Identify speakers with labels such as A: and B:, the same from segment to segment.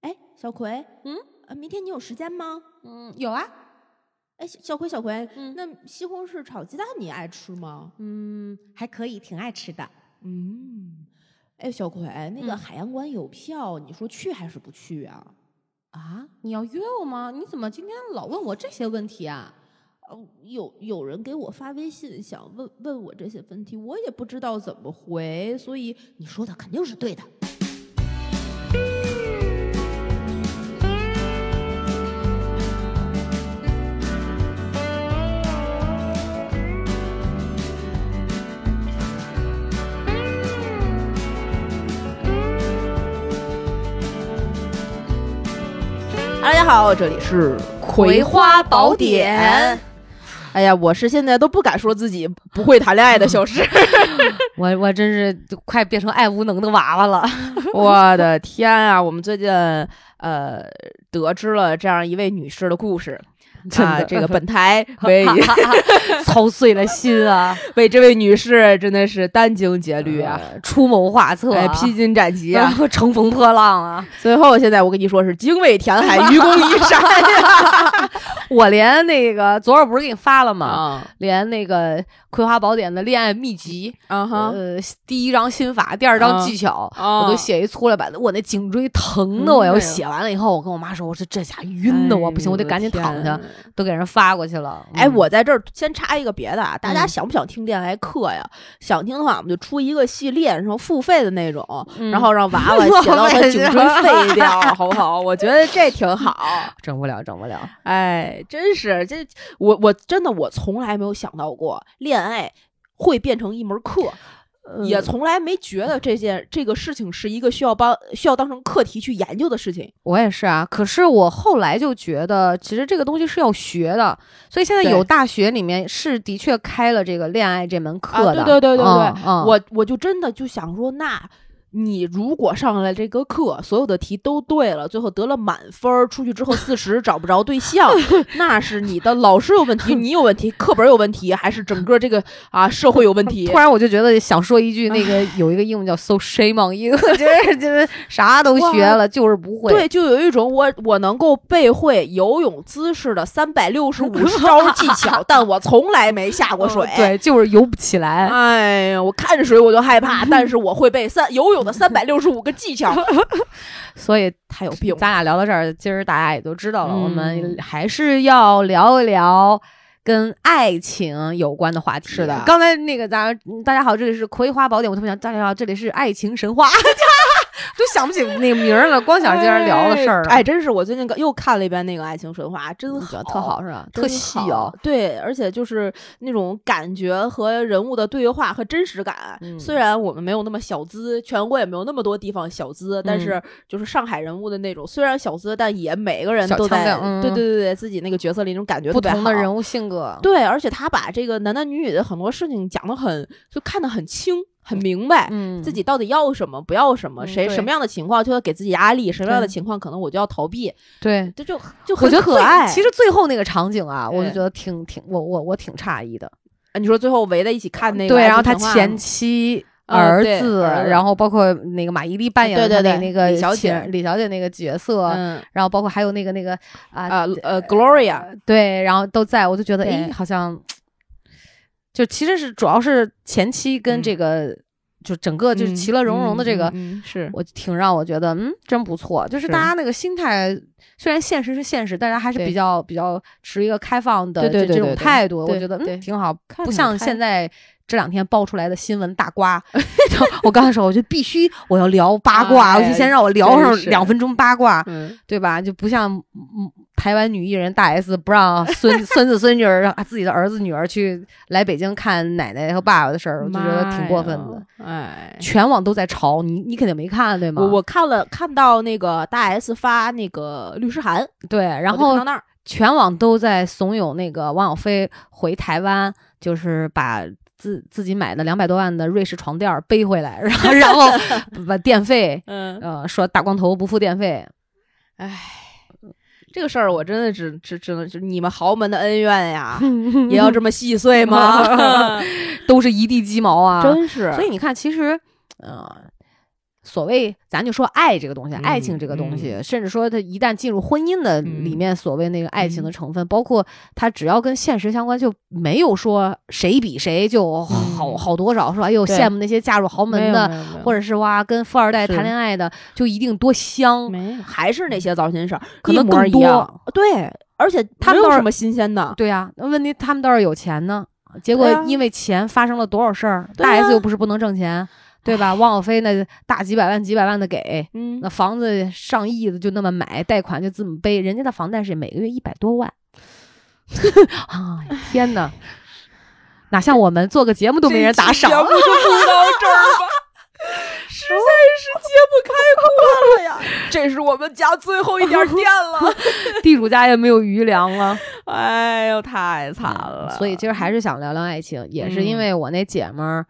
A: 哎小葵，
B: 嗯，
A: 呃，明天你有时间吗？
B: 嗯，有啊，
A: 哎，小小葵，小葵，
B: 嗯
A: 那西红柿炒鸡蛋你爱吃吗？
B: 嗯，还可以，挺爱吃的。
A: 嗯，哎，小葵，那个
B: 嗯
A: 海洋馆有票，你说去还是不去啊？
B: 啊，你要约我吗？你怎么今天老问我这些问题啊？
A: 哦，有有人给我发微信，想问问我这些问题，我也不知道怎么回，所以你说的肯定是对的。大家好，这里是《葵花宝典》。哎呀，我是现在都不敢说自己不会谈恋爱的小 诗。
B: 我我真是就快变成爱无能的娃 娃了。
A: 我的天啊！我们最近呃得知了这样一位女士的故事
B: 真
A: 啊，
B: 的
A: 这个本台 为
B: 操碎了心啊，
A: 为这位女士真的是殚精竭虑啊，
B: 呃，出谋划策、
A: 哎，
B: 啊，
A: 披荆斩 棘
B: 然
A: 啊！
B: 后乘风破 浪啊！
A: 最后现在我跟你说是精卫填海，愚公移山 呀！
B: 我连那个昨儿不是给你发了吗？
A: 啊
B: 连那个《葵花宝典》的恋爱秘籍，
A: 啊哈！
B: 呃，第一章心法，第二章
A: 啊
B: 技巧，
A: 啊
B: 呃我都写一出来版的，我那颈椎疼
A: 嗯
B: 的
A: 哎
B: 我要
A: 对
B: 写完了以后，我跟我妈说，我说这家晕的我不行，我得赶紧躺下，。都给人发过去了。
A: 哎，
B: 嗯
A: 我在这儿先插一个别的啊，大家
B: 嗯
A: 想不想听电台课呀？想听的话，我们就出一个系列，然后付费的那种，
B: 嗯
A: 然后让 娃娃写到他颈椎废掉，好不好？我觉得这挺好。
B: 整不了，整不了。
A: 哎，真是这，我我真的我从来没有想到过恋爱。会变成一门课，
B: 嗯
A: 也从来没觉得这件这个事情是一个需要帮需要当成课题去研究的事情。
B: 我也是啊，可是我后来就觉得，其实这个东西是要学的，所以现在
A: 对
B: 有大学里面是的确开了这个恋爱这门课的。
A: 啊对对对对对
B: 嗯嗯
A: 我我就真的就想说，那你如果上了这个课，所有的题都对了，最后得了满分儿，出去之后四十找不着对象，那是你的老师有问题，你有问题，课本有问题，还是整个这个啊社会有问题
B: 突？然我就觉得想说一句，那
A: 啊
B: 个有一个英文叫 “so shame on you”，就是 就是啥都学了，就是不会。
A: 对，就有一种我我能够背会游泳姿势的三百六 十五招技巧，但我从来没下过
B: 嗯
A: 水。
B: 对，就是游不起来。
A: 哎呀，我看水我就害怕，但是我会背三游泳的三百六十五个技 巧，
B: 所以
A: 太有病了。
B: 咱俩聊到这儿，今儿大家也都知道了，
A: 嗯
B: 我们还是要聊一聊。跟爱情有关的话题
A: 是的
B: 刚才那个咱嗯大家好，这里是《葵花宝典》，我特别想大家好，这里是爱情神话， 都想不起那个名儿了，光想今儿聊的事儿了，
A: 哎，真是我最近又看了一遍那个《爱情神话》，真
B: 嗯，
A: 好，
B: 特好，是吧？
A: 哎真
B: 特细
A: 好
B: 哦，。
A: 对，而且就是那种感觉和人物的对话和真实感。
B: 嗯
A: 虽然我们没有那么小资，全国也没有那么多地方小资，
B: 嗯
A: 但是就是上海人物的那种，虽然小资，但也每个人
B: 小
A: 都
B: 腔
A: 在
B: 调嗯
A: 对对对对自己那个角色里那种感觉
B: 不同的
A: 物。
B: 人物性格，
A: 对，而且他把这个男男女女的很多事情讲得很，就看得很清，很明白。
B: 嗯，
A: 自己到底要什么，不要什么，
B: 嗯
A: 谁
B: 对
A: 什么样的情况就要给自己压力，什么样的
B: 对
A: 情况可能我就要逃避，
B: 对，
A: 这就就
B: 我
A: 很
B: 觉得
A: 可
B: 最
A: 爱。
B: 其实最后那个场景啊，我就
A: 对
B: 觉得挺挺，我我我挺诧异的。
A: 啊你说最后围在一起看那个，
B: 对，然后他前妻、
A: 啊
B: 儿
A: 对儿
B: 子，
A: 子哦
B: 然后包括那个马伊琍扮演
A: 对
B: 的
A: 对
B: 那
A: 对
B: 那个
A: 李小姐
B: 情人李小姐那个角色，
A: 嗯
B: 然后包括还有那个那个啊、
A: 呃呃，Gloria，
B: 对，然后都在，我就觉得诶，
A: 对
B: 好像就其实是主要是前妻跟
A: 嗯
B: 这个、就整个呃就是其乐融融的这个。
A: 嗯嗯嗯是
B: 我挺让我觉得，嗯，真不错。就是
A: 是
B: 大家那个心态，虽然现实是现实，但是还是
A: 对
B: 比较比较持一个开放的
A: 对对对
B: 这这
A: 对
B: 种
A: 对
B: 态度，我
A: 对
B: 觉得
A: 对
B: 嗯挺好。
A: 看
B: 不
A: 得
B: 像
A: 开
B: 现在这两天爆出来的新闻大瓜。 就我刚才说，我就必须我要聊八卦，我就
A: 哎
B: 先让我聊
A: 真
B: 上
A: 是
B: 两分钟八卦，
A: 嗯，
B: 对吧？就不像嗯台湾女艺人大 S 不让孙孙子孙女儿让自己的儿子女儿去来北京看奶奶和爸爸的事儿，我就觉得挺过分的。
A: 妈呀，哎。
B: 全网都在吵你，你肯定没看对吗？
A: 我我看了看到那个大 S 发那个律师函，
B: 对，然
A: 我就看
B: 后
A: 到那儿
B: 全网都在怂恿那个汪小菲回台湾，就是把自自己买的两百多万的瑞士床垫儿背回来， 然后 然后把电费，
A: 嗯，
B: 呃，说大光头不付电费，
A: 这个事儿我真的只只只能就是你们豪门的恩怨 呀，也要这么细碎吗？
B: 都是一地鸡毛啊！
A: 真是，
B: 所以你看，其实，呃，所谓咱就说爱这个东西，
A: 嗯
B: 爱情这个东西，甚至说它一旦进入婚姻的
A: 嗯
B: 里面，所谓那个爱情的成分，包括它只要跟现实相关，就没有说谁比谁就好、好多少，说哎呦
A: 嗯对
B: 羡慕那些嫁入豪门的，
A: 的
B: 或
A: 者
B: 者是哇跟富二代
A: 是
B: 谈恋爱的，就一定多香。
A: 没有，
C: 还是那些糟心事儿，
B: 可能
C: 一模
B: 更
C: 一
B: 多
C: 样。对，而且他
B: 他们
C: 没有
B: 倒是
C: 什么新鲜的。
B: 对呀、那问题他们倒是有钱呢，结果
C: 对啊
B: 因为钱发生了多少事儿？
C: 对
B: 大
C: 啊
B: S 又不是不能挣钱，对吧？汪小菲那大几百万、几百万的给，
C: 嗯
B: 那房子上亿的就那么买，贷款就这么背，人家的房贷是每个月一百多万。 啊，天哪！哪像我们做个节目都没人打赏
C: 这期节，目就录到这儿吧，实在是揭不开锅了呀！这是我们家最后一点电了。
B: 地主家也没有余粮了。
C: 哎呦，太惨了！
B: 嗯所以今儿还是想聊聊爱情，也是因
C: 嗯
B: 为我那姐们儿、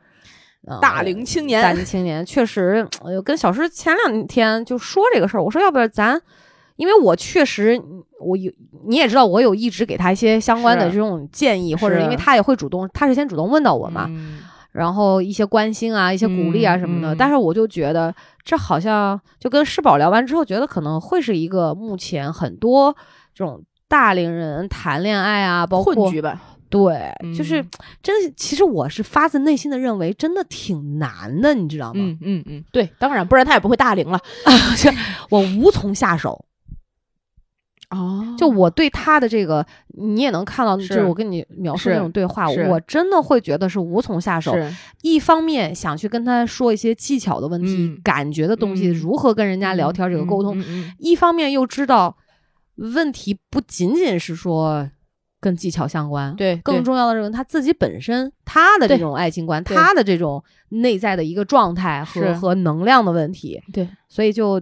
B: 呃
C: 大龄青
B: 大
C: 年，
B: 龄青年确实，哎呦，跟小诗前两天就说这个事儿，我说要不然咱，因为我确实我有你也知道，我有一直给他一些相关的
A: 是
B: 这种建议，或者
A: 是
B: 因为他也会主动，他是先主动问到我嘛，
A: 嗯
B: 然后一些关心啊、一些鼓励啊什么的。
A: 嗯嗯
B: 但是我就觉得这好像就跟世宝聊完之后，觉得可能会是一个目前很多这种大龄人谈恋爱啊，包括
C: 混局吧，
B: 对，就是
A: 嗯
B: 真是，其实我是发自内心的认为，真的挺难的，你知道吗？
A: 嗯嗯嗯，
C: 对，当然，不然他也不会大龄了。
B: 我无从下手。
C: 哦
B: 就我对他的这个，你也能看到，就是
A: 是
B: 我跟你描述的那
A: 是
B: 种对话，
A: 是
B: 我真的会觉得是无从下手。
A: 是
B: 一方面想去跟他说一些技巧的问题、
A: 嗯
B: 感觉的东西，
A: 嗯
B: 如何跟人家聊天，这个沟通；
A: 嗯嗯
B: 一方面又知道问题不仅仅是说跟技巧相关，
A: 对，
B: 更重要的是，他自己本身他的这
A: 对
B: 种爱情观，
A: 对
B: 他的这种内在的一个状态和
A: 是
B: 和能量的问题，
A: 对，
B: 所以就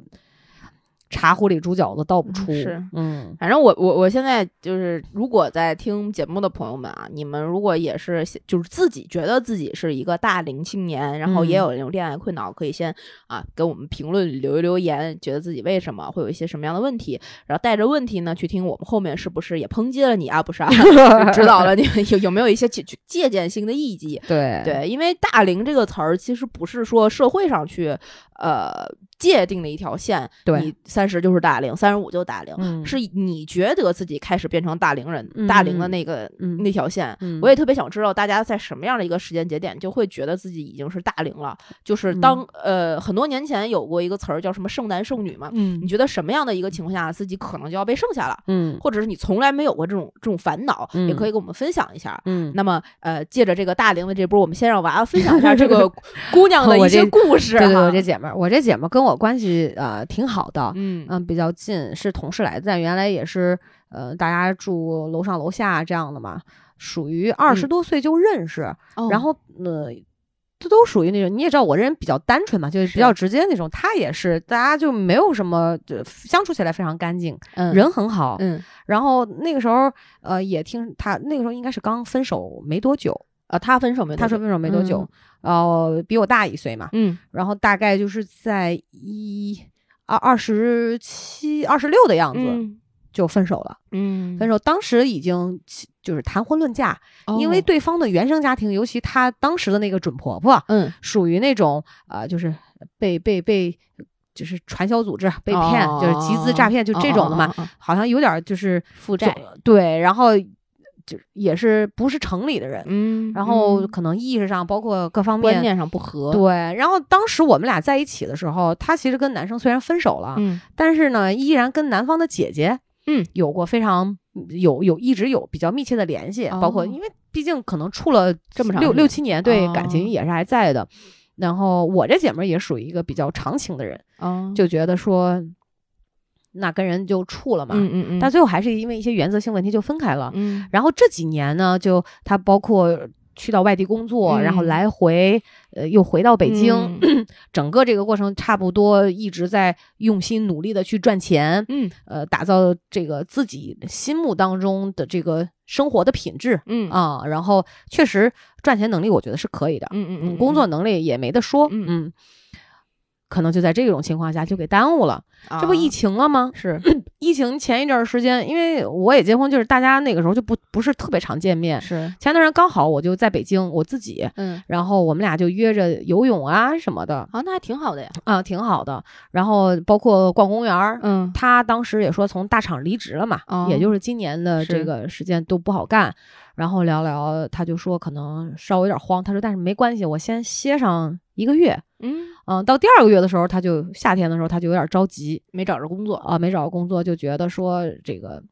B: 茶壶里煮饺子倒不出。
A: 是，
B: 嗯，
A: 反正我我我现在就是，如果在听节目的朋友们啊，你们如果也是就是自己觉得自己是一个大龄青年，然后也
B: 嗯
A: 有那种恋爱困扰，可以先啊给我们评论里留一留言，觉得自己为什么会有一些什么样的问题，然后带着问题呢去听我们后面是不是也抨击了你啊？不是啊， 指导了你们有有没有一些借借鉴性的意见？
B: 对，
A: 对，因为“大龄”这个词儿其实不是说社会上去呃界定的一条线，
B: 对
A: 你三十就是大龄，三十五就大龄，
B: 嗯
A: 是你觉得自己开始变成大龄人，大龄的
B: 嗯
A: 那个、
B: 嗯
A: 那条线。
B: 嗯，
A: 我也特别想知道，大家在什么样的一个时间节点就会觉得自己已经是大龄了？就是
B: 嗯
A: 当、呃很多年前有过一个词儿叫什么“剩男剩女”嘛，
B: 嗯
A: 你觉得什么样的一个情况下自己可能就要被剩下了，
B: 嗯
A: 或者是你从来没有过这种这种烦恼，也
B: 嗯
A: 可以给我们分享一下。
B: 嗯，
A: 那么，呃，借着这个大龄的这波，我们先让娃娃分享一下这 个姑娘的
B: 我
A: 一些
B: 这
A: 故事哈。
B: 对对，我这姐们儿，我这姐们儿跟我关系呃挺好的，
A: 嗯
B: 嗯，比较近，是同事来的，但原来也是呃大家住楼上楼下这样的嘛，属于二十
A: 嗯
B: 多岁就认识，
A: 哦
B: 然后呃，这都属于那种，你也知道我这人比较单纯嘛，就是比
A: 是
B: 较直接那种。他也是，大家就没有什么就相处起来非常干净，
A: 嗯
B: 人很好。
A: 嗯
B: 然后那个时候呃，也听他那个时候应该是刚分手没多久，
A: 啊，他分手没？
B: 他说，分手没多久，呃，比我大一岁嘛，
A: 嗯
B: 然后大概就是在一二二十七、二十六的样子
A: 嗯
B: 就分手了。
A: 嗯
B: 分手当时已经就是谈婚论嫁，
A: 哦
B: 因为，对方的原生家庭，尤其她当时的那个准婆婆，
A: 嗯，
B: 属于那种呃，就是被被被，就是传销组织啊被骗，
A: 哦
B: 就是集资诈骗，就这种的嘛，，
A: 哦哦哦哦哦
B: 好像有点就是
A: 负债，
B: 就对，然后就也是不是城里的人，
A: 嗯，
B: 然后
A: 嗯
B: 可能意识上包括各方
A: 观
B: 面。
A: 念上不合，
B: 对，然后当时我们俩在一起的时候，她其实跟男生虽然分手了，
A: 嗯
B: 但是呢，依然跟男方的姐姐，
A: 嗯，
B: 有过非常有有一直有比较密切的联系，包括
A: 哦
B: 因为毕竟可能处了
A: 这么长
B: 六
A: 时间
B: 六七年，对、感情
A: 哦
B: 也是还在的。然后我这姐们儿也属于一个比较长情的人，
A: 哦，
B: 就觉得说，那跟人就处了嘛，
A: 嗯嗯嗯，
B: 但最后还是因为一些原则性问题就分开了。
A: 嗯
B: 然后这几年呢，就她包括去到外地工作，然后
A: 嗯
B: 来回呃又回到北京，整个这个过程差不多一直在用心努力的去赚钱，
A: 嗯
B: 呃，打造这个自己心目当中的这个生活的品质
A: 嗯啊
B: 啊。然后确实赚钱能力我觉得是可以的，
A: 嗯嗯
B: 嗯，
A: 嗯，
B: 工作能力也没得说，
A: 嗯
B: 嗯，可能就在这种情况下就给耽误了。
A: 啊
B: 这不疫情了吗？
A: 是
B: 疫情前一段时间，因为我也结婚，就是大家那个时候就不不是特别常见面。
A: 是，
B: 前段时间刚好我就在北京，我自己，
A: 啊嗯，
B: 然后我们俩就约着游泳啊什么的，
A: 好，那还挺好的呀，
B: 啊，挺好的。然后包括逛公园儿，
A: 嗯
B: 他当时也说从大厂离职了嘛，
A: 哦
B: 也就是今年的这
A: 是
B: 个时间都不好干。然后聊聊，他就说可能稍微有点慌，他说但是没关系，我先歇上一个月。
A: 嗯，
B: 嗯，到第二个月的时候，他就夏天的时候他就有点着急
A: 没找着工作
B: 啊，没找着工作，就觉得说这个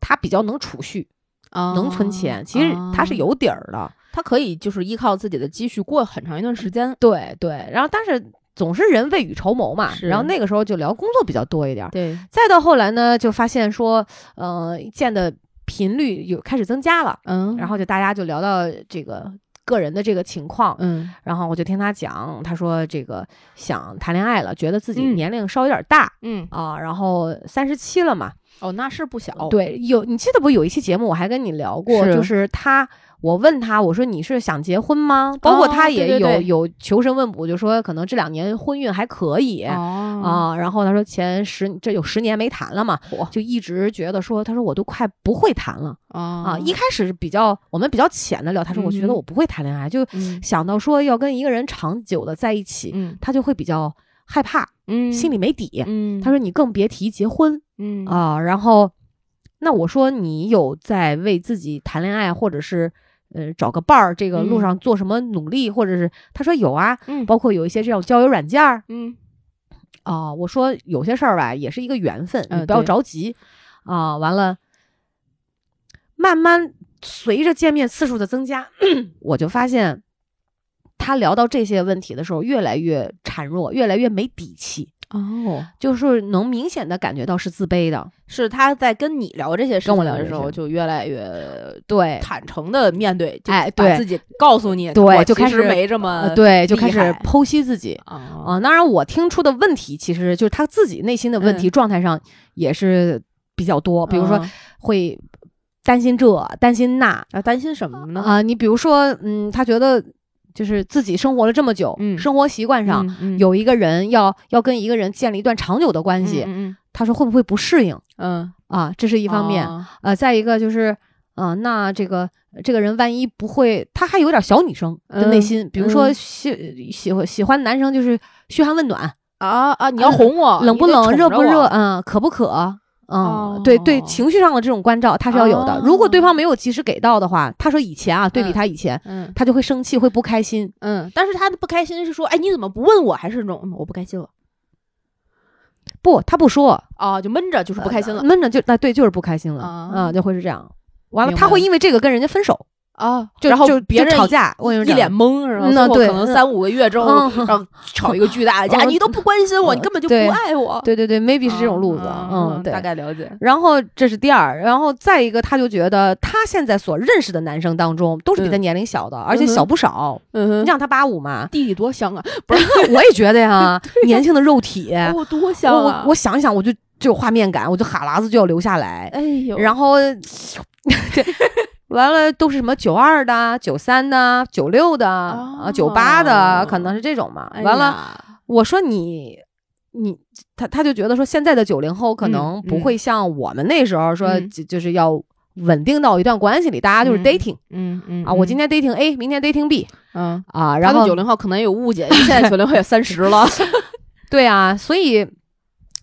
B: 他比较能储蓄，
A: 啊
B: 能存钱，其实他是，
A: 啊
B: 有底儿的。
A: 他可以就是依靠自己的积蓄过很长一段时间，
B: 对对，然后但是总是人未雨绸缪嘛，
A: 是
B: 然后那个时候就聊工作比较多一点 儿。
A: 对，
B: 再到后来呢，就发现说，呃，见的频率有开始增加了，
A: 嗯，
B: 然
A: 后
B: 后就大家就聊到这个个人的这个情况，
A: 嗯
B: 然后我就听他讲，他说这个想谈恋爱了，觉得自己
A: 嗯
B: 年龄稍微有点大
A: 嗯，
B: 啊，然后三十七了嘛，
A: 哦，那是不小，，
B: 对，有你记得不？有一期节目我还跟你聊过，
A: 是
B: 就是他，我问他，我说你是想结婚吗？包括
A: 哦
B: 他也有、
A: 对对对
B: 有求神问卜，就说可能这两年婚运还可以。
A: 哦，
B: 啊，然后他说前十这有十年没谈了嘛，
A: 嚯
B: 就一直觉得说，他说我都快不会谈了、啊。
A: 啊
B: 一开始是比较我们比较浅的聊，他说我觉
A: 嗯
B: 得
A: 哼
B: 我不会谈恋爱，就
A: 嗯
B: 想到说要跟一个人长久的在一起，
A: 嗯
B: 他就会比较害怕，
A: 嗯，
B: 心里没底。
A: 嗯，
B: 他说你更别提结婚，
A: 嗯
B: 啊，然后那我说你有在为自己谈恋爱或者是呃找个伴儿这个路
A: 嗯
B: 上做什么努力，或者是他说有啊，
A: 嗯
B: 包括有一些这种交友软件儿
A: 嗯
B: 啊，我说有些事儿吧也是一个缘分，你
A: 嗯
B: 不要
A: 对
B: 着急啊。完了，慢慢随着见面次数的增加， 我就发现。他聊到这些问题的时候，越来越孱弱，越来越没底气，
A: 哦，
B: 就是能明显的感觉到是自卑的。
A: 是他在跟你聊这些事
B: 跟我
A: 情
B: 聊
A: 的
B: 这
A: 时
B: 些
A: 候，就越来越
B: 对，
A: 坦诚的面对，就
B: 哎
A: 把
B: 对
A: 自己告诉你，
B: 对
A: 我
B: 就
A: 其
B: 开
A: 实
B: 始
A: 没这么
B: 呃，对，就
A: 厉
B: 开始
A: 害
B: 剖析自己啊、
A: 啊，
B: 当然，我听出的问题其实就是他自己内心的问题，状态上也是比较多，比如说
A: 嗯
B: 会担心这，担心那啊、
A: 啊，担心什么呢？
B: 呃你比如说，嗯，他觉得就是自己生活了这么久，
A: 嗯
B: 生活习惯上。
A: 嗯嗯
B: 有一个人要要跟一个人建立一段长久的关系，
A: 嗯
B: 他说会不会不适应
A: 嗯，哦
B: 啊？这是一
A: 一
B: 方面，呃，再一个就是，呃，那这个这个人万一不会，他还有点小女生的内
A: 嗯
B: 心，比如说
A: 嗯
B: 喜喜欢喜欢男生就是嘘寒问暖，
A: 啊啊，你要哄我，
B: 嗯冷
A: 你
B: 不
A: 得
B: 冷，
A: 宠
B: 热
A: 着
B: 不
A: 我
B: 热，？嗯，渴不渴。嗯，对对，
A: 哦
B: 情绪上的这种关照他是要有的。如果对方没有及时给到的话，他说以前啊，对比
A: 嗯
B: 他以前，
A: 嗯
B: 他就会生气，会不开心。
A: 嗯，但是他的不开心是说，哎，你怎么不问我？还是那种嗯我不开心了
B: 不，他不说，
A: 啊，就闷着，就是不开心
B: 呃
A: 了
B: 闷着就那对，就是不开心了，啊
A: 啊、
B: 就会是这样。完了，
A: 明
B: 他
A: 白
B: 会
A: 了
B: 因为这个跟人家分手，
A: 啊，
B: 呃就
A: 然后
B: 就
A: 别
B: 就
A: 人
B: 吵架，我跟你
A: 一
B: 讲
A: 脸懵，然后
B: 嗯
A: 最
B: 那
A: 后
B: 对
A: 可能
B: 嗯
A: 三五个月之后，
B: 嗯
A: 然后吵一个巨大的架，
B: 嗯
A: 你都不关心我，你根本就
B: 对
A: 不爱我。
B: 对对对，maybe 是这种路子，
A: 啊
B: 嗯，对
A: 大。概了解。
B: 然后这是第二，然后再一个，他就觉得他现在所认识的男生当中，都是比他年龄小的，而且小不少。
A: 嗯
B: 你
A: 哼，，
B: 想他八五嘛
A: 弟弟多香啊！
B: 我也觉 得呀，年轻的肉体，
A: 哦，多
B: 哎我
A: 香啊！
B: 我我想一想，我就就有画面感，我就哈喇子就要流下来。
A: 哎呦，
B: 然后，对，完了都是什么九二的、啊九三的、九六的啊、九八的，可能是这种嘛。
A: 哦哎
B: 完了，
A: 呀
B: 我说你，你他他就觉得说现在的九零后可能
A: 嗯
B: 不
A: 嗯
B: 会像我们那时候说
A: 嗯
B: 就就是要稳定到一段关系里，大家就是
A: 嗯
B: dating
A: 嗯嗯
B: 啊，我今
A: 天
B: 天 dating A，明天 dating B
A: 嗯，
B: 啊，
A: 然
B: 然
A: 后
B: 后
A: 九零后可能也有误解，因为现在九零后也三十 了，
B: 对啊，所以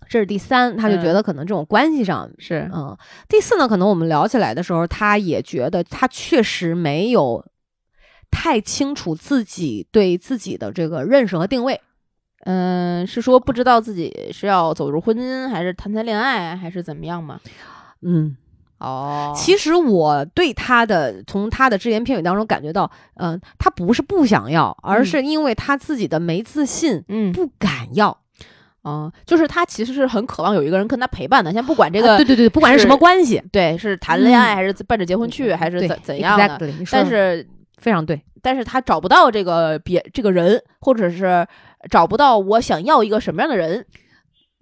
B: 这是第三，他就
A: 嗯
B: 觉得可能这种关系上。
A: 是
B: 嗯，第四呢，可能我们聊起来的时候，他也觉得他确实没有太清楚自己对自己的这个认识和定位。
A: 嗯，是说不知道自己是要走入婚姻，还是谈谈恋爱，还是怎么样吗？
B: 嗯，
A: 哦
B: 其实我对他的从他的只言片语当中感觉到，嗯、他不是不想要，而是因为他自己的没自信，
A: 嗯
B: 不敢要。
A: 嗯，就是他其实是很渴望有一个人跟他陪伴的。先不管这个，
B: 啊对对对，不管是
A: 是
B: 什么关系，
A: 对是谈恋爱
B: 嗯
A: 还是奔着结婚去，还是
B: 对
A: 怎怎样的
B: exactly，你说
A: 但
B: 得
A: 是
B: 非常对，
A: 但是他找不到这个别这个人，或者是找不到我想要一个什么样的人。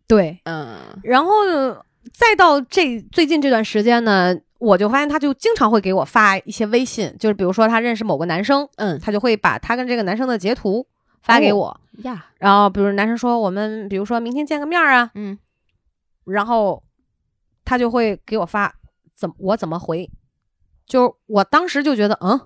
B: 对。
A: 嗯
B: 然后呢，再到这最近这段时间呢，我就发现他就经常会给我发一些微信，就是比如说他认识某个男生，
A: 嗯
B: 他就会把他跟这个男生的截图发给
A: 哦
B: 我，
A: 呀
B: 然后比如男生说我们比如说明天见个面儿啊，
A: 嗯
B: 然后他就会给我发怎么我怎么回，就是我当时就觉得嗯，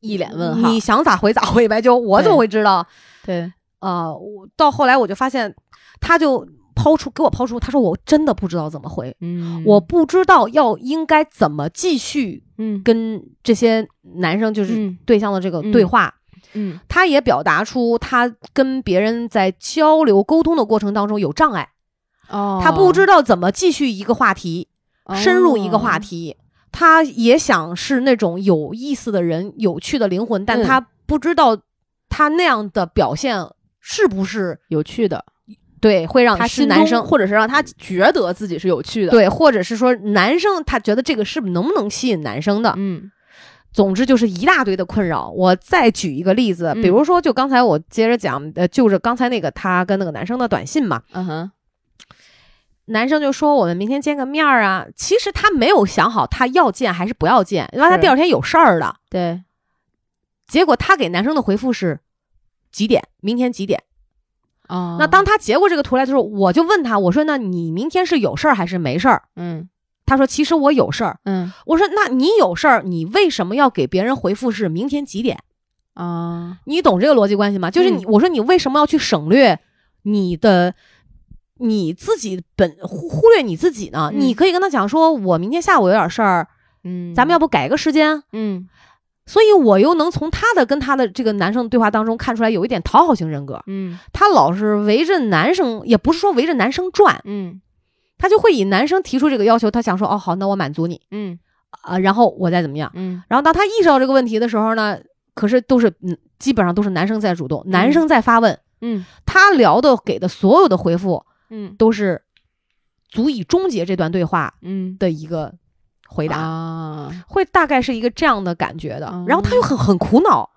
A: 一脸问号
B: 你。想咋回咋回呗，就我怎么会知道？
A: 对，
B: 呃，我到后来我就发现，他就抛出给我抛出，他说我真的不知道怎么回，
A: 嗯，
B: 我不知道要应该怎么继续
A: 嗯
B: 跟这些男生就是
A: 嗯
B: 对象的这个对话。
A: 嗯
B: 他也表达出他跟别人在交流沟通的过程当中有障碍，
A: 哦，哦
B: 他不知道怎么继续一个话题，深入一个话
A: 题，
B: 题。他也想是那种有意思的人、有趣的灵魂，但
A: 嗯
B: 他不知道他那样的表现是不是
A: 有趣的，
B: 对会让
A: 他
B: 是
A: 心
B: 男
A: 中
B: 生
A: 或者是让他觉得自己是有趣的。，
B: 对，或者是说男生他觉得这个是能不能吸引男生的，
A: 嗯
B: 总之就是一大堆的困扰。我再举一个例子，
A: 嗯
B: 比如说就刚才我接着讲，呃，就是刚才那个他跟那个男生的短信嘛，
A: 嗯哼，
B: 男生就说我们明天见个面儿啊，其实他没有想好他要见还是不要见，因为他
A: 是
B: 第二天有事儿了。
A: 对，
B: 结果他给男生的回复是几点？明天几点？
A: 哦，
B: 那当他截过这个图来的时候，我就问他，我说那你明天是有事儿还是没事儿？
A: 嗯
B: 他说其实我有事儿。
A: 嗯
B: 我说那你有事儿，你为什么要给别人回复是明天几点？
A: 啊，
B: 你懂这个逻辑关系吗？就是你，
A: 嗯
B: 我说你为什么要去省略你的你自己本忽忽略你自己呢？
A: 嗯
B: 你可以跟他讲说，我明天下午有点事儿，
A: 嗯，
B: 咱们要不改个时间。
A: 嗯
B: 所以我又能从他的跟他的这个男生的对话当中看出来，有一点讨好型人格，
A: 嗯
B: 他老是围着男生，也不是说围着男生转，
A: 嗯
B: 他就会以男生提出这个要求，他想说哦好，那我满足你
A: 嗯
B: 啊、然后我再怎么样。
A: 嗯
B: 然后当他意识到这个问题的时候呢，可是都是嗯，基本上都是男生在主动，男生在发问，
A: 嗯
B: 他聊的给的所有的回复
A: 嗯
B: 都是足以终结这段对话
A: 嗯，
B: 的一个回答，
A: 啊，
B: 会大概是一个这样的感觉的。
A: 哦
B: 然后他又很很苦恼，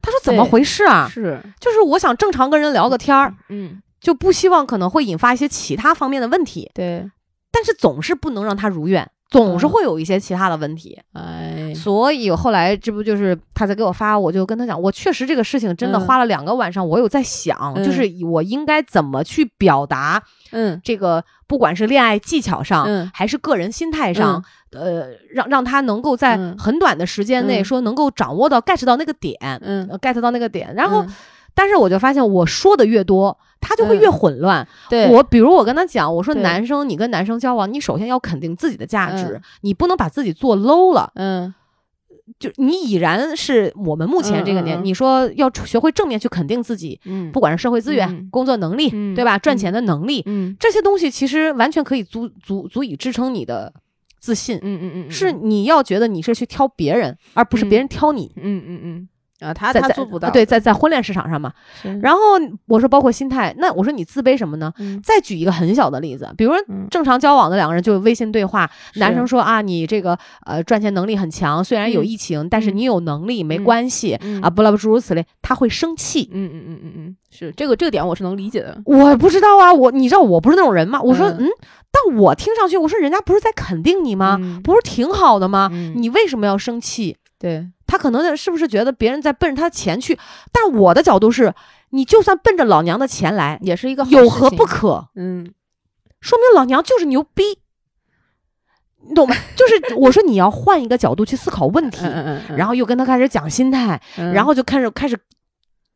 B: 他说怎么
A: 对
B: 回事啊？
A: 是，
B: 就是我想正常跟人聊个天儿，
A: 嗯，
B: 就不希望可能会引发一些其他方面的问题，
A: 对，
B: 但是总是不能让他如愿。总是
A: 嗯
B: 会有一些其他的问题，
A: 哎，
B: 所以后来这不就是他在给我发，我就跟他讲，我确实这个事情真的
A: 嗯
B: 花了两个晚上，我有在想，
A: 嗯
B: 就是我应该怎么去表达，
A: 嗯
B: 这个不管是恋爱技巧上，
A: 嗯
B: 还是个人心态上，呃，让让他能够在
A: 嗯
B: 很短的时间内
A: 嗯
B: 说能够掌握到 get 到那个点、
A: 嗯，
B: 呃 get 到那个点，然后、
A: 嗯
B: 但是我就发现我说的越多，他就会
A: 嗯
B: 越混乱。
A: 对
B: 我比如我跟他讲，我说
A: 对
B: 男生你跟男生交往，你首先要肯定自己的价值，
A: 嗯
B: 你不能把自己做 low 了。
A: 嗯
B: 就你已然是我们目前这个
A: 嗯
B: 年，
A: 嗯嗯
B: 你说要学会正面去肯定自己，
A: 嗯
B: 不管是社会资源、
A: 嗯
B: 工作能力，
A: 嗯
B: 对吧？赚
A: 嗯
B: 钱的能力，
A: 嗯
B: 这些东西其实完全可以足足足以支撑你的自信。
A: 嗯嗯嗯，
B: 是你要觉得你是去挑别人，而不是别人挑你。
A: 嗯嗯嗯啊，他
B: 在
A: 他
B: 在
A: 做不到，
B: 对，，在在婚恋市场上嘛。
A: 然
B: 然后我说，包括心态，那我说你自卑什么呢？
A: 嗯
B: 再举一个很小的例子，比如说
A: 嗯
B: 正常交往的两个人就微信对话，男
A: 是
B: 生说啊，你这个呃赚钱能力很强，虽然有
A: 嗯
B: 疫情，但是
A: 嗯
B: 你有能力，没
A: 嗯
B: 关系、
A: 嗯
B: 啊，不啦不诸如此类，他会生气。
A: 嗯嗯嗯嗯嗯，是这个这个点我是能理解的，
B: 我不知道啊，我你知道我不是那种人吗？我说
A: 嗯
B: 嗯，但我听上去我说人家不是在肯定你吗？
A: 嗯
B: 啊不是挺好的吗？
A: 嗯
B: 你为什么要生气？
A: 对，
B: 他可能是不是觉得别人在奔着他的钱去？但我的角度是，你就算奔着老娘的钱来，
A: 也是一个好
B: 有
A: 事
B: 何
A: 情
B: 不？可？
A: 嗯
B: 说明老娘就是牛逼，你懂吗？ 就是我说你要换一个角度去思考问题，
A: 嗯嗯嗯，
B: 然后又跟他开始讲心态，
A: 嗯
B: 然后就开始开始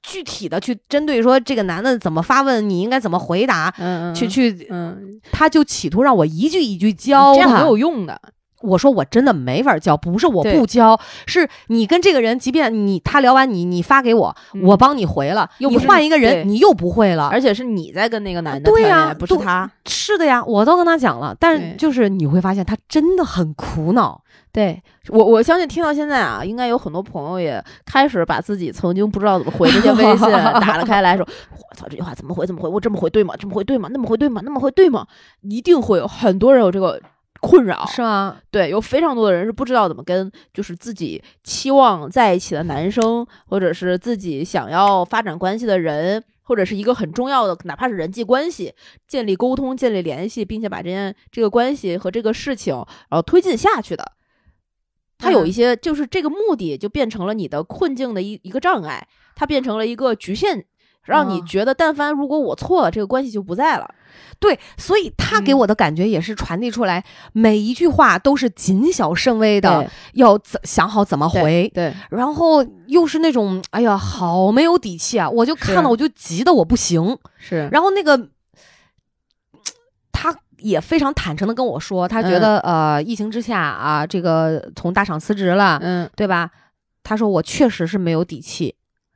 B: 具体的去针对说这个男的怎么发问，你应该怎么回答，
A: 嗯嗯
B: 去去，
A: 嗯，
B: 他就企图让我一句一句教
A: 这样
B: 他
A: 没。有用的，
B: 我说我真的没法教，不是我
A: 对
B: 不教，是你跟这个人，即便你他聊完你，你发给我，
A: 嗯
B: 我帮你回了，
A: 又
B: 你
A: 不是
B: 换一个人，
A: 对
B: 你又不会了。
A: 而且是你在跟那个男的
B: 对
A: 谈恋
B: 呀
A: 爱不是
B: 都
A: 他，
B: 是的呀，我都跟他讲了，但是
A: 对
B: 就是你会发现他真的很苦恼。
A: 对我，我相信听到现在啊，应该有很多朋友也开始把自己曾经不知道怎么回这些微信打了开来说，我操，这句话怎么回？怎么回？我这么回对吗？这么回对吗？那么回对吗？那么回对吗？一定会有很多人有这个困扰，
B: 吗？
A: 对，有非常多的人是不知道怎么跟就是自己期望在一起的男生，或者是自己想要发展关系的人，或者是一个很重要的，哪怕是人际关系，建立沟通、建立联系，并且把这件这个关系和这个事情然后推进下去的。它
B: 嗯
A: 有一些就是这个目的就变成了你的困境的一一个障碍，它变成了一个局限。让你
B: 哦
A: 觉得，但凡如果我错了，这个关系就不在了。
B: 对，所以他
A: 嗯
B: 给我的感觉也是传递出来，每一句话都是谨小慎微的，要怎想好怎么回，
A: 对，
B: 然后又是那种哎呀，好没有底气啊！我就看
A: 是嗯
B: 到我就急得我不行，
A: 是
B: 然后那个他也非常坦诚的跟我说，他
A: 嗯
B: 觉得、呃，疫情之下啊，这个从大厂辞职了，
A: 嗯
B: 对吧？他说我确实是没有底气，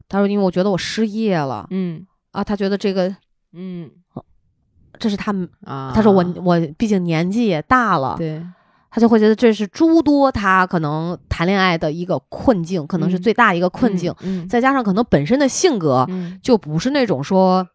B: 他说因为我觉得我失业了
A: 嗯
B: 啊，他觉得这个
A: 嗯
B: 这是他们，
A: 啊
B: 他说我我毕竟年纪也大了，
A: 对
B: 他就会觉得这是诸多他可能谈恋爱的一个困境，可能是
A: 嗯
B: 最大一个困境，，
A: 嗯
B: 再加上可能本身的性格
A: 嗯
B: 就不是那种说。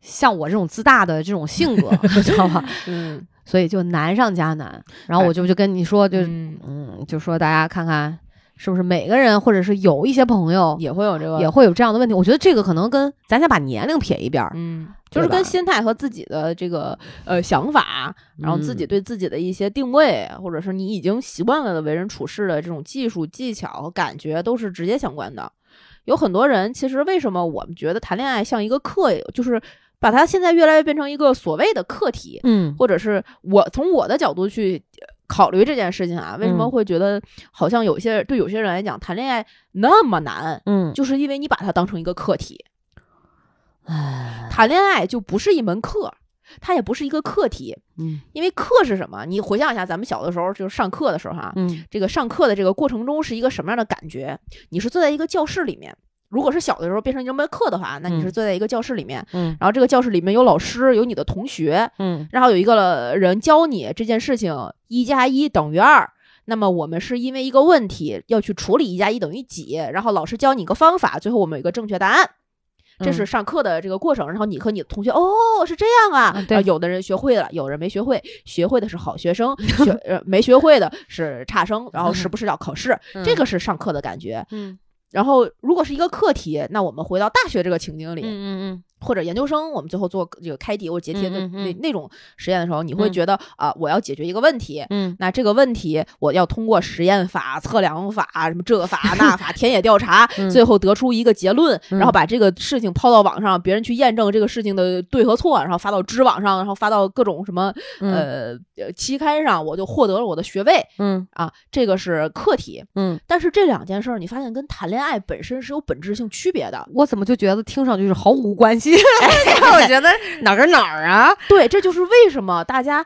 B: 像我这种自大的这种性 格，知道吧？
A: 嗯，
B: 所以就难上加难。然后我就就跟你说，就
A: 嗯
B: 哎嗯，就说大家看看是不是每个人，或者是有一些朋友
A: 也会有这个
B: 也会有这样的问题。我觉得这个可能跟咱先把年龄撇一边儿，
A: 嗯，就
B: 对
A: 是
B: 吧
A: 跟心态和自己的这个呃想法，然后自己
B: 嗯
A: 对自己的一些定位，或者是你已经习惯了的为人处事的这种技术、技巧和感觉，都是直接相关的。有很多人其实为什么我们觉得谈恋爱像一个课，就是把它现在越来越变成一个所谓的课题，
B: 嗯
A: 或者是我从我的角度去呃考虑这件事情啊，为什么
B: 嗯
A: 会觉得好像有些对有些人来讲谈恋爱那么难，
B: 嗯，
A: 就是因为你把它当成一个课题。
B: 唉
A: 谈恋爱就不是一门课，它也不是一个课题，
B: 嗯
A: 因为课是什么？你回想一下，咱们小的时候就是上课的时候哈、
B: 嗯
A: 这个上课的这个过程中是一个什么样的感觉？你是坐在一个教室里面，如果是小的时候变成一门课的话，那你是
B: 嗯
A: 坐在一个教室里面，
B: 嗯
A: 然后这个教室里面有老师，有你的同学，
B: 嗯
A: 然后有一个人教你这件事情，一加一等于二。那么我们是因为一个问题要去处理一加一等于几，然后老师教你一个方法，最后我们有一个正确答案。这是上课的这个过程，然后你和你的同学，哦，是这样啊。
B: 啊对
A: 然后有的人学会了，有人没学会，学会的是好学生，学呃没学会的是差生，然后时不时要考试，这个是上课的感觉。
B: 嗯
A: 然后如果是一个课题，那我们回到大学这个情境里，
B: 嗯嗯
A: 或者研究生，我们最后做这个开题或者结题的
B: 嗯嗯嗯
A: 那那种实验的时候，你会
B: 嗯
A: 觉得啊、我要解决一个问题。
B: 嗯
A: 那这个问题，我要通过实验法、测量法、什么这个法 那法、田野调查，
B: 嗯
A: 最后得出一个结论，
B: 嗯
A: 然后把这个事情抛到网上，别人去验证这个事情的对和错，然后发到知网上，然后发到各种什么
B: 嗯
A: 呃呃期刊上，我就获得了我的学位
B: 嗯
A: 啊。这个是课题，
B: 嗯，
A: 但是这两件事儿，你发现跟谈恋爱本身是有本质性区别的。
B: 我怎么就觉得听上去是毫无关系？ 我觉得哎哪儿跟哪儿啊？
A: 对，这就是为什么大家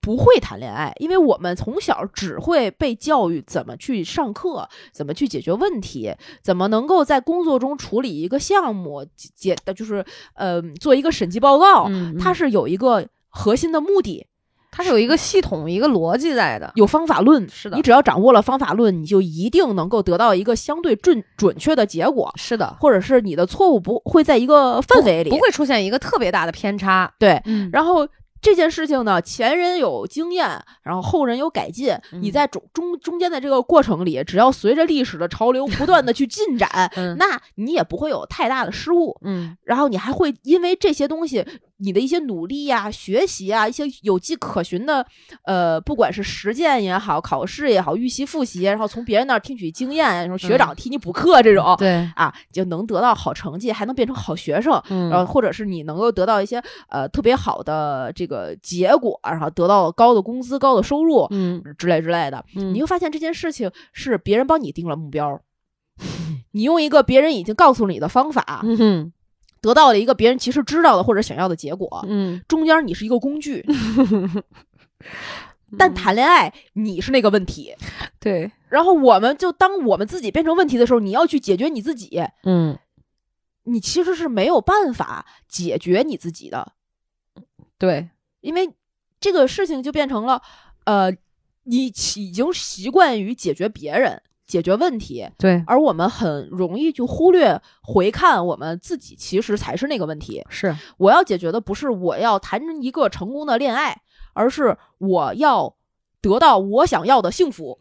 A: 不会谈恋爱，因为我们从小只会被教育怎么去上课，怎么去解决问题，怎么能够在工作中处理一个项目，解解就是呃做一个审计报告，
B: 嗯
A: 它是有一个核心的目的，
B: 它是有一个系统、一个逻辑在的。
A: 有方法论。
B: 是的
A: 你只要掌握了方法论，你就一定能够得到一个相对准准确的结果，
B: 是的，
A: 或者是你的错误不会在一个范围里
B: 不会出现一个特别大的偏差。
A: 对，
B: 嗯
A: 然后这件事情呢，前人有经验，然后后人有改进。
B: 嗯，
A: 你在中中中间的这个过程里，只要随着历史的潮流不断的去进展
B: 嗯
A: 那你也不会有太大的失误。
B: 嗯
A: 然后你还会因为这些东西，你的一些努力呀、学习啊、一些有迹可循的，呃，不管是实践也好、考试也好、预习复习，然后从别人那儿听取经验，然后学长替你补课这种，
B: 嗯对，
A: 啊，就能得到好成绩，还能变成好学生。
B: 嗯
A: 然后或者是你能够得到一些呃特别好的这个结果，然后得到高的工资、高的收入
B: 嗯，
A: 之类之类的，你
B: 你
A: 会发现这件事情是别人帮你定了目 标儿。你用一个别人已经告诉你的方法，
B: 嗯
A: 得到了一个别人其实知道的或者想要的结果，
B: 嗯，
A: 中间你是一个工 具。但谈
B: 嗯
A: 恋爱，你是那个问题，
B: 对，
A: 然后我们就当我们自己变成问题的时候，你要去解决你自己，
B: 嗯
A: 你其实是没有办法解决你自己的，
B: 对，
A: 因为这个事情就变成了，呃，你已经习惯于解决别人、解决问题，
B: 对，
A: 而我们很容易就忽略回看我们自己，其实才是那个问题。
B: 是，
A: 我要解决的不是我要谈一个成功的恋爱，而是我要得到我想要的幸福。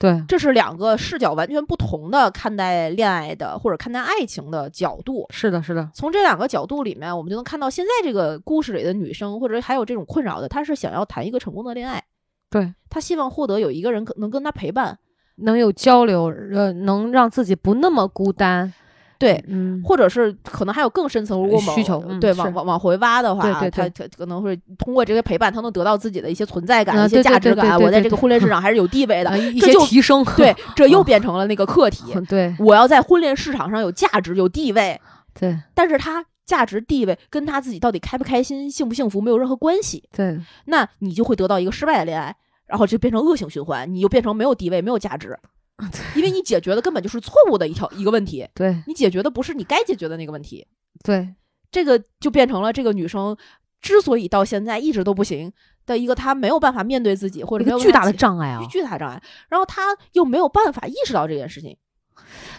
B: 对，
A: 这是两个视角完全不同的看待恋爱的或者看待爱情的角度。
B: 是的，是的，
A: 从这两个角度里面，我们就能看到现在这个故事里的女生，或者还有这种困扰的，她是想要谈一个成功的恋爱，
B: 对，
A: 她希望获得有一个人可能跟她陪伴，
B: 能有交流，呃，能让自己不那么孤单，
A: 对，
B: 嗯，
A: 或者是可能还有更深层，如果往
B: 需求嗯
A: 对
B: 是
A: 往往往回挖的话，
B: 对对对
A: 他他可能会通过这些陪伴，他能得到自己的一些存在感、
B: 啊
A: 一
B: 对
A: 些
B: 对
A: 价值
B: 对对
A: 感。
B: 对
A: 我在
B: 对
A: 这个
B: 对
A: 婚恋市场还是有地位的
B: 啊，一
A: 这
B: 些
A: 就
B: 提升，
A: 对，这又
B: 啊
A: 变成了那个课题。
B: 对
A: 我要在婚恋市场上有价值、有地位，
B: 对
A: 但是他价值、地位跟他自己到底开不开心、幸不幸福没有任何关系。
B: 对，
A: 那你就会得到一个失败的恋爱，然后就变成恶性循环，你就变成没有地位、没有价值，
B: 嗯
A: 因为你解决的根本就是错误的一条一个问题，
B: 对
A: 你解决的不是你该解决的那个问题，
B: 对
A: 这个就变成了这个女生之所以到现在一直都不行的一个她没有办法面对自己或
B: 一
A: 者没
B: 个
A: 有
B: 巨大的
A: 办法
B: 障碍啊
A: 解。巨大的障碍，然后她又没有办法意识到这件事情，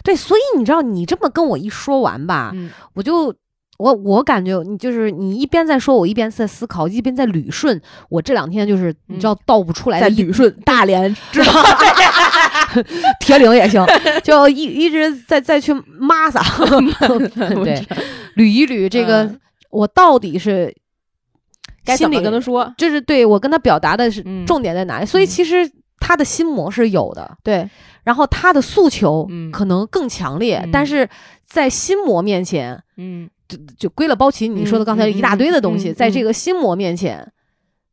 B: 对，所以你知道，你这么跟我一说完吧，
A: 嗯
B: 我就我我感觉你就是你一边在说，我一边在思考，一边在捋顺。我这两天就是你知道倒不出来
A: 嗯在
B: 的一，
A: 捋顺大连 知道
B: 铁岭也行，就一一直在再去抹撒， 对，捋一捋这个、
A: 嗯
B: 我到底是
A: 该
B: 心
A: 怎
B: 里
A: 么跟她说，
B: 就是对我跟他表达的是
A: 嗯
B: 重点在哪里，所以其实他的心魔是有的，
A: 对，
B: 然后他的诉求
A: 嗯
B: 可能更强烈，
A: 嗯
B: 但是在心魔面前，
A: 嗯
B: 就归了包奇你说的
A: 嗯
B: 刚才一大堆的东
A: 嗯
B: 西，
A: 嗯嗯
B: 在这个心魔面前。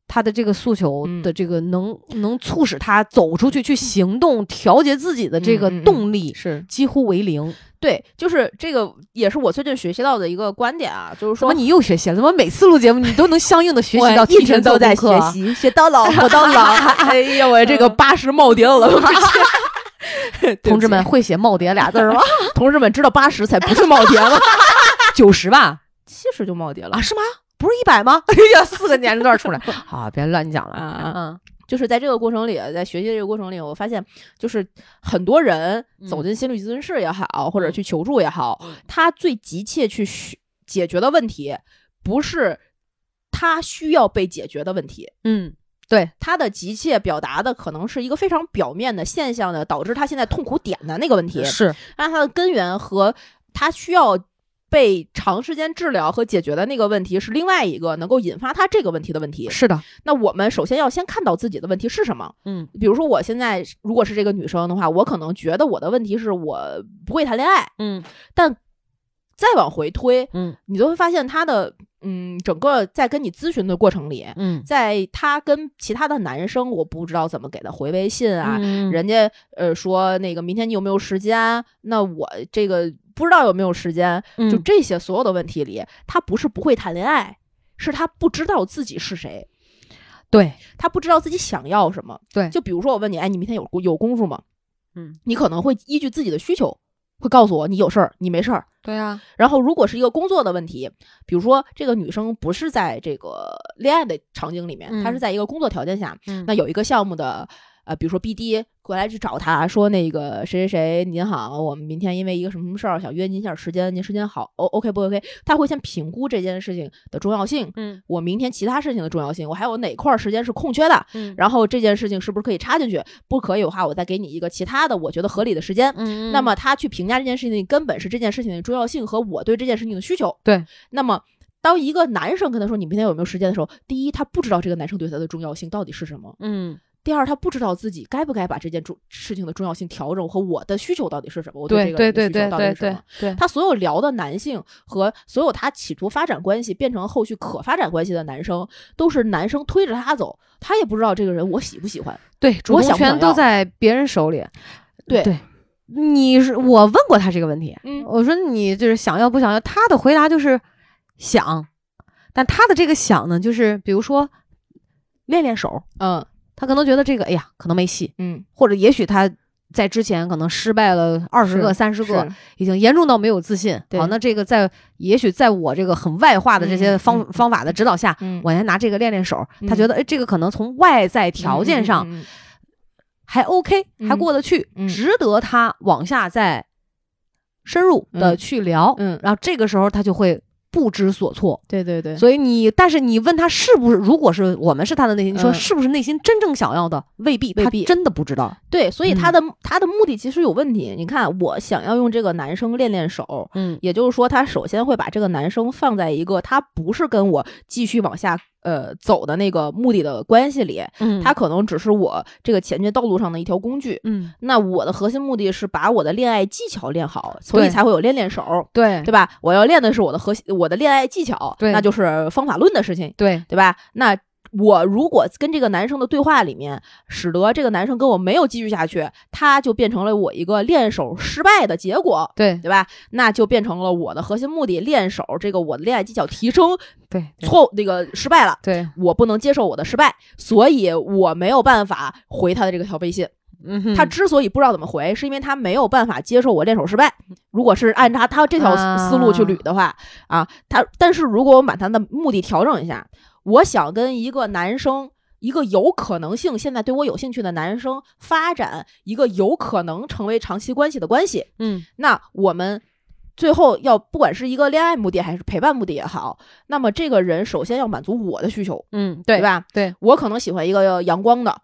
B: 他的这个诉求
A: 嗯
B: 的这个能、能促使他走出去去行动、调节自己的这个
A: 嗯嗯嗯
B: 动力、
A: 是
B: 几乎为零。
A: 对，就是这个也是我最近学习到的一个观点啊，就是
B: 怎
A: 说
B: 么你又学习了？怎么每次录节目你都能相应的学习
A: 我
B: 到？
A: 一直都在
B: 做
A: 学
B: 功课啊嗯
A: 习，学 到老，活到老。哎呀，我这个八十冒顶了，我这
B: 同志们，会写“耄耋”俩字儿吗？啊
A: 同志们，知道八十才不是耄耋了，
B: 九十吧？
A: 七十就耄耋了
B: 啊，。是吗？不是一百吗？哎 呀，四个年龄段出来，好，别乱讲了
A: 啊啊
B: 嗯，
A: 就是在这个过程里，在学习这个过程里，我发现，就是很多人
B: 嗯
A: 走进心理咨询室也好，或者去求助也好，他最急切去需解决的问题，不是他需要被解决的问题，
B: 嗯，
A: 他的急切表达的可能是一个非常表面的现象的，导致他现在痛苦点的那个问题，
B: 是
A: 但它的根源和他需要被长时间治疗和解决的那个问题是另外一个能够引发他这个问题的问题。
B: 是的，
A: 那我们首先要先看到自己的问题是什么。
B: 嗯
A: 比如说，我现在如果是这个女生的话，我可能觉得我的问题是我不会谈恋爱，
B: 嗯
A: 但再往回推，
B: 嗯
A: 你就会发现她的嗯，整个在跟你咨询的过程里，
B: 嗯
A: 在她跟其他的男生，我不知道怎么给她回微信啊，
B: 啊，人
A: 人家呃说那个明天你有没有时间？啊那我这个不知道有没有时间。啊就
B: 就
A: 这些所有的问题里，他不是不会谈恋爱，是他不知道自己是谁，
B: 对，
A: 他不知道自己想要什么。
B: 对
A: 就比如说我问你，哎，你明天有有功夫吗？
B: 嗯，
A: 你可能会依据自己的需求，会告诉我你有事儿，你没事儿。
B: 对啊，
A: 然后，如果是一个工作的问题，比如说这个女生不是在这个恋爱的场景里面，
B: 嗯
A: 她是在一个工作条件下，
B: 嗯
A: 那有一个项目的。呃，比如说 BD 过来去找他说，那个谁谁谁，您好，我们明天因为一个什么什么事儿想约您一下时间，您时间好，O、OK 不 OK？他会先评估这件事情的重要性，
B: 嗯
A: 我明天其他事情的重要性，我还有哪块儿时间是空缺的，
B: 嗯
A: 然后这件事情是不是可以插进去？不可以的话，我再给你一个其他的我觉得合理的时间。
B: 嗯
A: 那么他去评价这件事情，根本是这件事情的重要性和我对这件事情的需求。
B: 对，
A: 那么。当一个男生跟他说你明天有没有时间的时候，第一，他不知道这个男生对他的重要性到底是什么；
B: 嗯
A: 第二，他不知道自己该不该把这件重事情的重要性调整和我的需求到底是什么，我
B: 对
A: 这个
B: 对
A: 人的需
B: 对
A: 求
B: 对
A: 到底
B: 对
A: 是什
B: 对
A: 么。
B: 对，
A: 他所有聊的男性和所有他企图发展关系变成后续可发展关系的男生，都是男生推着他走，他也不知道这个人我喜不喜欢。
B: 对，主
A: 我
B: 动
A: 想不
B: 权
A: 想
B: 都
A: 要
B: 在别人手里。
A: 对
B: 对，你是我问过他这个问题，
A: 嗯
B: 我说你就是想要不想要，他的回答就是想，但他的这个想呢，就是比如说练练手，
A: 嗯
B: 他可能觉得这个哎呀可能没戏，
A: 嗯，
B: 或者也许他在之前可能失败了二十
A: 是
B: 个、三十
A: 是
B: 个，已经严重到没有自信。
A: 对
B: 好，那这个在也许在我这个很外化的这些
A: 嗯
B: 方、
A: 嗯
B: 方法的指导下，
A: 嗯
B: 我先拿这个练练手。
A: 嗯
B: 他觉得哎，这个可能从外在条件上
A: 嗯嗯嗯
B: 还 OK，、还
A: 嗯
B: 过得去，
A: 嗯
B: 值得他往下再深入的
A: 嗯
B: 去聊。
A: 嗯
B: 然后这个时候他就会不知所措。
A: 对对对，
B: 所以你，但是你问他是不是，如果是我们是他的内心，你说
A: 嗯
B: 是不是内心真正想要的，未必，
A: 未
B: 他
A: 必
B: 真的不知道。
A: 对，所以
B: 嗯
A: 他的、他的目的其实有问题。你看，我想要用这个男生练练手，
B: 嗯
A: 也就是说，他首先会把这个男生放在一个他不是跟我继续往下呃走的那个目的的关系里，
B: 嗯
A: 它可能只是我这个前进道路上的一条工具。
B: 嗯，
A: 那我的核心目的是把我的恋爱技巧练好，所以
B: 对
A: 才会有练练手，
B: 对
A: 对吧？我要练的是我的核心，我的恋爱技巧，
B: 对
A: 那就是方法论的事情，
B: 对
A: 对吧？那我如果跟这个男生的对话里面，使得这个男生跟我没有继续下去，他就变成了我一个练手失败的结果，
B: 对
A: 对吧？那就变成了我的核心目的练手，这个我的恋爱技巧提升
B: 对对
A: 错那个失败了，
B: 对，
A: 我不能接受我的失败，所以我没有办法回他的这个条微信。
B: 嗯哼
A: 他之所以不知道怎么回，是因为他没有办法接受我练手失败。如果是按他他这条
B: 啊
A: 思思路去捋的话，啊，他但是如果我把他的目的调整一下，我想跟一个男生。一个有可能性现在对我有兴趣的男生发展一个有可能成为长期关系的关系，
B: 嗯
A: 那我们最后要不管是一个恋爱目的还是陪伴目的也好，那么这个人首先要满足我的需求，
B: 嗯
A: 对
B: 对吧？
A: 吧？
B: 对
A: 我可能喜欢一个阳光的，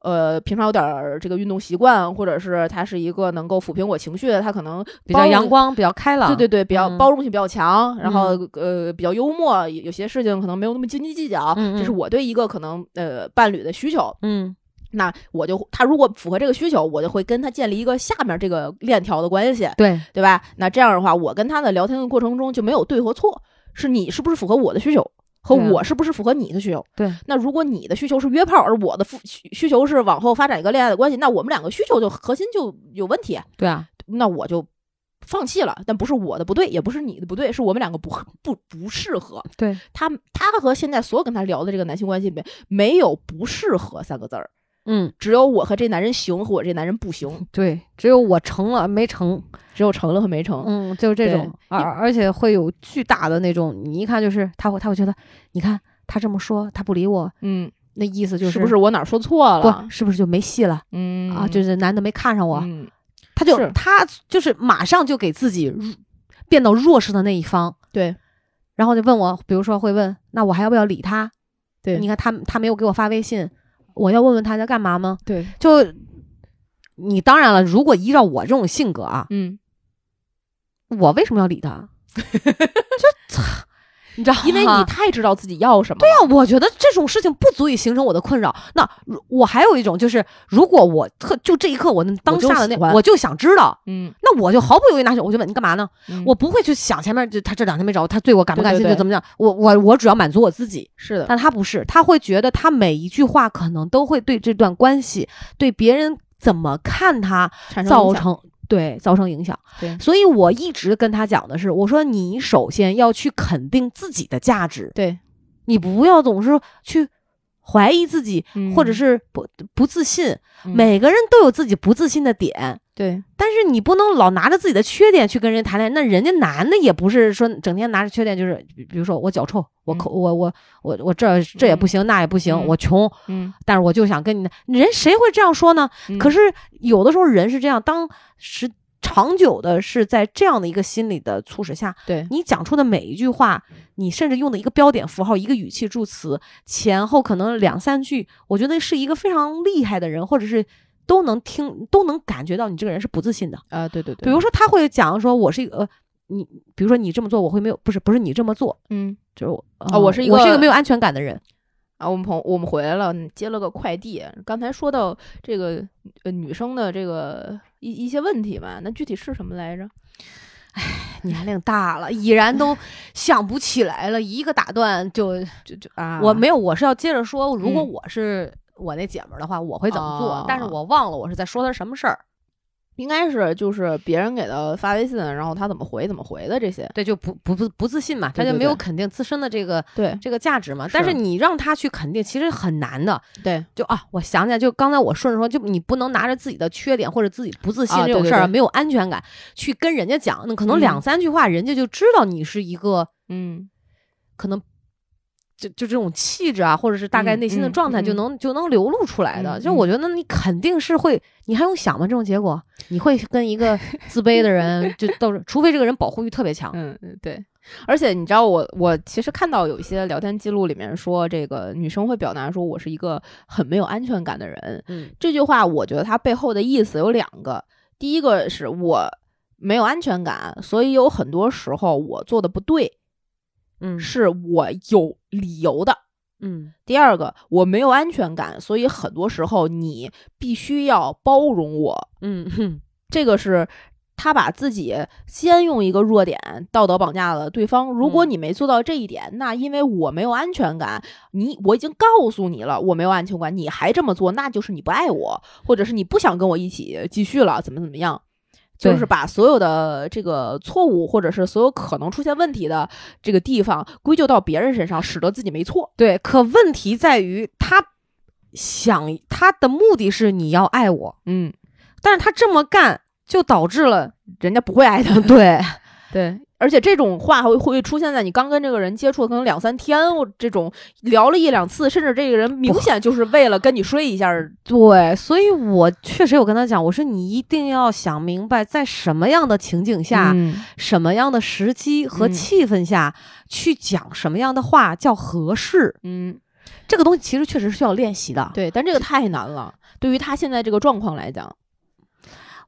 A: 呃，平常有点儿这个运动习惯，或者是他是一个能够抚平我情绪的，他可能
B: 比较
A: 包容
B: 阳。光，比较开朗，
A: 对对对，比较
B: 嗯
A: 包容性比较强，然后呃比较幽默，有有些事情可能没有那么斤斤计较，
B: 嗯嗯
A: 这是我对一个可能呃伴侣的需求。
B: 嗯
A: 那我就他如果符合这个需求，我就会跟他建立一个下面这个链条的关系，
B: 对
A: 对吧？那这样的话，我跟他的聊天的过程中就没有对和错，是你是不是符合我的需求和
B: 对啊
A: 我是不是符合你的需求。
B: 对
A: 那如果你的需求是约炮，而我的需需求是往后发展一个恋爱的关系，那我们两个需求就核心就有问题，
B: 对啊，
A: 那我就放弃了。但不是我的不对，也不是你的不对，是我们两个不合不不适合。
B: 对
A: 他他和现在所有跟他聊的这个男性关系里面，没有不适合三个字儿，
B: 嗯
A: 只有我和这男人行和我这男人不行，
B: 对，只有我成了没成，
A: 只有成了和没成。
B: 嗯，就是这
A: 对
B: 种，而而且会有巨大的那种，你一看就是他会他会觉得，你看他这么说，他不理我，
A: 嗯，
B: 那意思就是
A: 不是我哪儿说错了
B: 不？是不是就没戏了、
A: 嗯
B: 啊？就是男的没看上我，
A: 嗯
B: 他就是他就是马上就给自己入变到弱势的那一方，
A: 对，
B: 然后就问我，比如说会问，那我还要不要理他？
A: 对
B: 你看他他没有给我发微信，我要问问他在干嘛吗？
A: 对，
B: 就你当然了，如果依照我这种性格啊，
A: 嗯，
B: 我为什么要理 他？就你知道吗，
A: 因为你太知道自己要什么了。
B: 那我觉得这种事情不足以形成我的困扰。那如我还有一种就是，如果我特就这一刻我能当下的
A: 我就喜
B: 那，
A: 欢
B: 我就想知道，
A: 嗯，
B: 那我就毫不犹豫拿起，我就问你干嘛呢？
A: 嗯
B: 我不会去想前面就他这两天没找我，他对我感不感兴
A: 对对
B: 趣
A: 对
B: 怎么样？我我我只要满足我自己。
A: 是的，
B: 但他不是，他会觉得他每一句话可能都会对这段关系、对别人怎么看他
A: 产生
B: 造
A: 影响
B: 成对造成影响。
A: 对
B: 所以我一直跟他讲的是，我说你首先要去肯定自己的价值，
A: 对，
B: 你不要总是去怀疑自己，或者
A: 嗯
B: 是不不自信。
A: 嗯
B: 每个人都有自己不自信的点，
A: 对
B: 但是你不能老拿着自己的缺点去跟人谈恋爱。那人家男的也不是说整天拿着缺点，就是比比如说我脚臭，我口、我我我我这这也不行，那也不行，
A: 嗯
B: 我穷，
A: 嗯，
B: 但是我就想跟你，人谁会这样说呢？可
A: 是
B: 是有的时候人是这样，当时长久的是在这样的一个心理的促使下，
A: 对
B: 你讲出的每一句话，你甚至用的一个标点符号、一个语气助词，前后可能两三句，我觉得是一个非常厉害的人，或者是都能听、都能感觉到你这个人是不自信的。
A: 啊，对对对，
B: 比如说他会讲说，我是一个。呃你比如说你这么做，我会没有不是不是你这么做，
A: 嗯
B: 就是我啊、
A: 我
B: 我
A: 是一
B: 我是一
A: 个
B: 个没有安全感 的人，
A: 啊，我们朋我们回来了，嗯接了个快递。刚才说到这个呃女生的这个一一些问题嘛，那具体是什么来着？
B: 年龄大了，已然都想不起来了，一个打断就
A: 就就啊，
B: 我没有，我是要接着说，如果
A: 嗯
B: 我是我那姐们儿的话，我会怎么做？
A: 哦
B: 但是我忘了我是在说她什么事儿，
A: 应该是就是别人给她发微信，然后她怎么回怎么回的这些。
B: 对，就不不不不自信嘛，她
A: 对
B: 就
A: 对
B: 没有
A: 对
B: 肯定自身的这个
A: 对
B: 这个价值嘛。但
A: 是
B: 是你让她去肯定，其实很难的。
A: 对，
B: 就啊，我想起来，就刚才我顺着说，就你不能拿着自己的缺点或者自己不自信
A: 啊
B: 这种
A: 对对
B: 事儿、
A: 对
B: 没有安全感去跟人家讲，那可能
A: 嗯
B: 两三句话，人家就知道你是一个
A: 嗯，
B: 可能。就就这种气质啊，或者是大概
A: 嗯
B: 内心的
A: 嗯
B: 状态，就
A: 嗯
B: 能、就能流露出来的。
A: 嗯
B: 就我觉得你肯定是会，你还用想吗？这种结果，你会跟一个自卑的人就都是，除非这个人保护欲特别强。
A: 嗯，对。而且你知道我，我其实看到有一些聊天记录里面说，这个女生会表达说我是一个很没有安全感的人。
B: 嗯
A: 这句话，我觉得它背后的意思有两个，第一个是我没有安全感，所以有很多时候我做的不对，
B: 嗯
A: 是我有理由的。
B: 嗯
A: 第二个，我没有安全感，所以很多时候你必须要包容我。
B: 嗯哼
A: 这个是他把自己先用一个弱点道德绑架了对方。如果
B: 嗯
A: 你没做到这一点，那因为我没有安全感，你我已经告诉你了，我没有安全感，你还这么做，那就是你不爱我，或者是你不想跟我一起继续了，怎么怎么样。就
B: 对
A: 是把所有的这个错误，或者是所有可能出现问题的这个地方归咎到别人身上，使得自己没错。
B: 对，可问题在于他想他的目的是你要爱我，
A: 嗯，
B: 但是他这么干就导致了
A: 人家不会爱的。
B: 对
A: 对，而且这种话还会会出现在你刚跟这个人接触，可能两三天，我这种聊了一两次，甚至这个人明显就是为了跟你睡一下儿。
B: 对，所以我确实有跟他讲，我说你一定要想明白，在什么样的情景下、什么样的时机和
A: 嗯
B: 气氛下、去讲什么样的话叫合适。
A: 嗯，
B: 这个东西其实确实是需要练习的。
A: 对，但这个太难了，对于他现在这个状况来讲，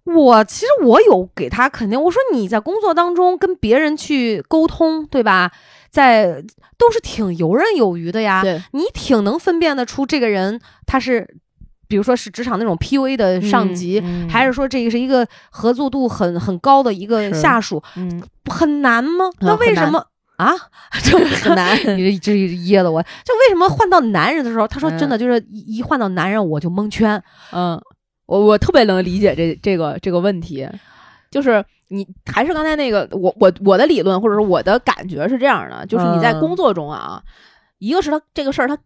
B: 我其实我有给他肯定，我说你在工作当中跟别人去沟通，对吧？在都是挺游刃有余的呀，
A: 对，
B: 你挺能分辨得出这个人他是，比如说是职场那种 PUA 的
A: 嗯
B: 上级，还是说这个是一个合作度很很高的一个
A: 是
B: 下属，
A: 嗯
B: 很难吗？那
A: 很
B: 为什
A: 难
B: 么啊？ 这。
A: 很 难
B: 你这这噎的我，就为什么换到男人的时候，他说真的就是一一换到男人我就蒙圈，
A: 嗯，我我特别能理解这这个这个问题，就是你还是刚才那个，我我我的理论或者是我的感觉是这样的，就是你在
B: 嗯
A: 工作中啊，一个是他这个事儿他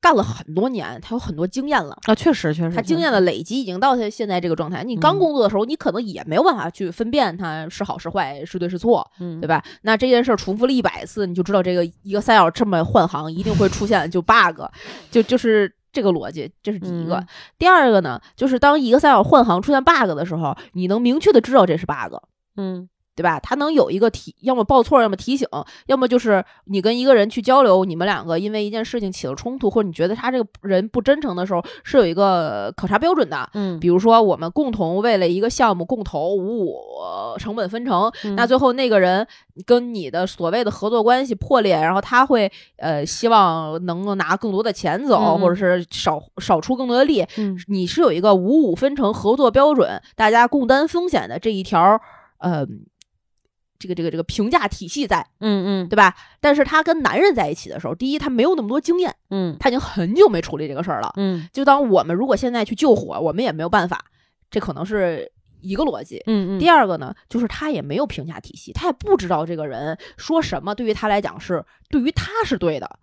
A: 干了很多年，他有很多经验了。
B: 啊，确实确实，
A: 他经验的累积已经到他现在这个状态。你
B: 嗯
A: 刚工作的时候，你可能也没有办法去分辨他是好是坏、是对是错，
B: 嗯
A: 对吧？那这件事儿重复了一百次，你就知道这个一个 Excel 这么换行一定会出现就 bug，就就是这个逻辑，这是第一个。
B: 嗯
A: 第二个呢，就是当一个 Excel 换行出现 bug 的时候，你能明确的知道这是 bug。
B: 嗯
A: 对吧？他能有一个提，要么报错，要么提醒，要么就是你跟一个人去交流，你们两个因为一件事情起了冲突，或者你觉得他这个人不真诚的时候，是有一个考察标准的。
B: 嗯，
A: 比如说，我们共同为了一个项目共投五五呃成本分成，
B: 嗯
A: 那最后那个人跟你的所谓的合作关系破裂，然后他会呃希望能够拿更多的钱走，
B: 嗯嗯
A: 或者是少少出更多的力，
B: 嗯
A: 你是有一个五五分成合作标准，大家共担风险的这一条，呃，这个这个这个评价体系在，
B: 嗯嗯
A: 对吧？但是他跟男人在一起的时候，第一他没有那么多经验，
B: 嗯
A: 他已经很久没处理这个事儿了。
B: 嗯
A: 就当我们如果现在去救火，我们也没有办法，这可能是一个逻辑。
B: 嗯
A: 第二个呢，就是他也没有评价体系，他也不知道这个人说什么对于他来讲是对于他是对的，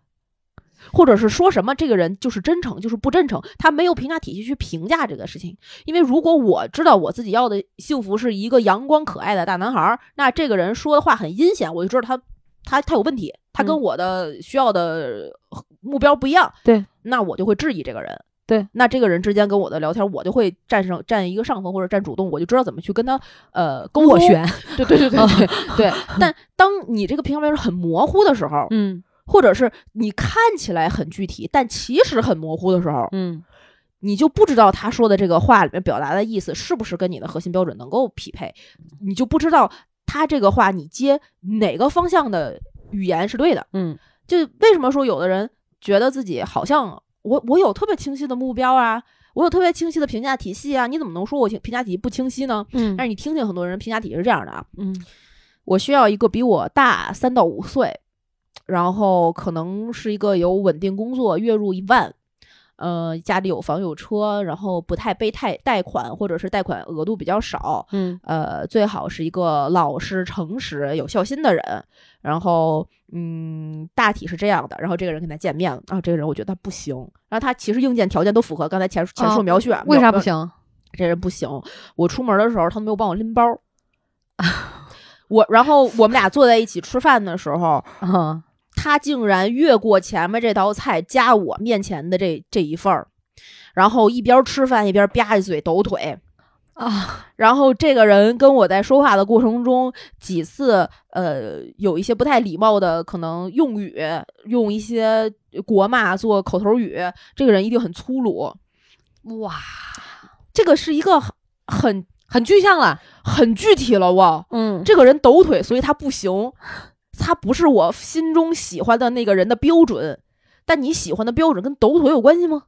A: 或者是说什么这个人就是真诚就是不真诚，他没有评价体系去评价这个事情。因为如果我知道我自己要的幸福是一个阳光可爱的大男孩儿，那这个人说的话很阴险，我就知道他他他有问题，他跟
B: 嗯
A: 我的需要的呃目标不一样，
B: 对，
A: 那我就会质疑这个人。
B: 对，
A: 那这个人之间跟我的聊天，我就会占上占一个上风或者占主动，我就知道怎么去跟他呃沟
B: 斡
A: 通
B: 旋，
A: 对对对对对 对。但当你这个评价标准很模糊的时候，
B: 嗯
A: 或者是你看起来很具体，但其实很模糊的时候，
B: 嗯
A: 你就不知道他说的这个话里面表达的意思是不是跟你的核心标准能够匹配，你就不知道他这个话你接哪个方向的语言是对的。
B: 嗯
A: 就为什么说有的人觉得自己好像我我有特别清晰的目标啊，我有特别清晰的评价体系啊，你怎么能说我评评价体系不清晰呢？
B: 嗯
A: 但是你听听很多人评价体系是这样的啊，
B: 嗯
A: 我需要一个比我大三到五岁，然后可能是一个有稳定工作，月入一万，呃，家里有房有车，然后不太背贷贷款，或者是贷款额度比较少，
B: 嗯
A: 呃，最好是一个老实、诚实、有孝心的人。然后，嗯，大体是这样的。然后这个人跟他见面了，啊，这个人我觉得他不行。然后他其实硬件条件都符合刚才前前述
B: 哦
A: 描述、啊
B: 为啥不？
A: 描
B: 行？
A: 这人不行。我出门的时候，他都没有帮我拎包。 我，然后我们俩坐在一起吃饭的时候，
B: 啊
A: 他竟然越过前面这道菜夹我面前的这这一份儿，然后一边吃饭一边吧唧嘴抖腿。
B: 啊
A: 然后这个人跟我在说话的过程中，几次呃有一些不太礼貌的可能用语，用一些国骂做口头语，这个人一定很粗鲁。
B: 哇，
A: 这个是一个很很
B: 很具象了，
A: 很具体了哇！
B: 嗯
A: 这个人抖腿，所以他不行，他不是我心中喜欢的那个人的标准。但你喜欢的标准跟抖腿有关系 吗？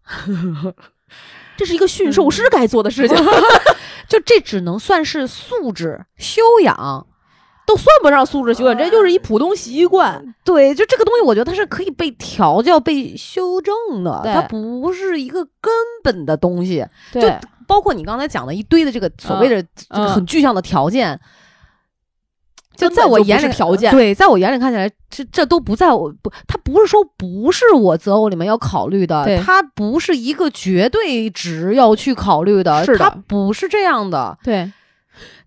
A: 这是一个驯兽师该做的事情，
B: 就这只能算是素质修养。
A: 都算不上素质 修养，这就是一普通习惯。
B: 对，就这个东西，我觉得它是可以被调教、被修正的，
A: 对
B: 它不是一个根本的东西。
A: 就
B: 对包括你刚才讲的一堆的这个所谓的这个很具象的条件，
A: 就
B: 在我眼
A: 根本就
B: 里
A: 不是条件
B: 对，在我眼里看起来，这这都不在我不，它不是说不是我择偶里面要考虑
A: 对
B: 的，它不是一个绝对值要去考虑的，
A: 是的
B: 它不是这样的，
A: 对，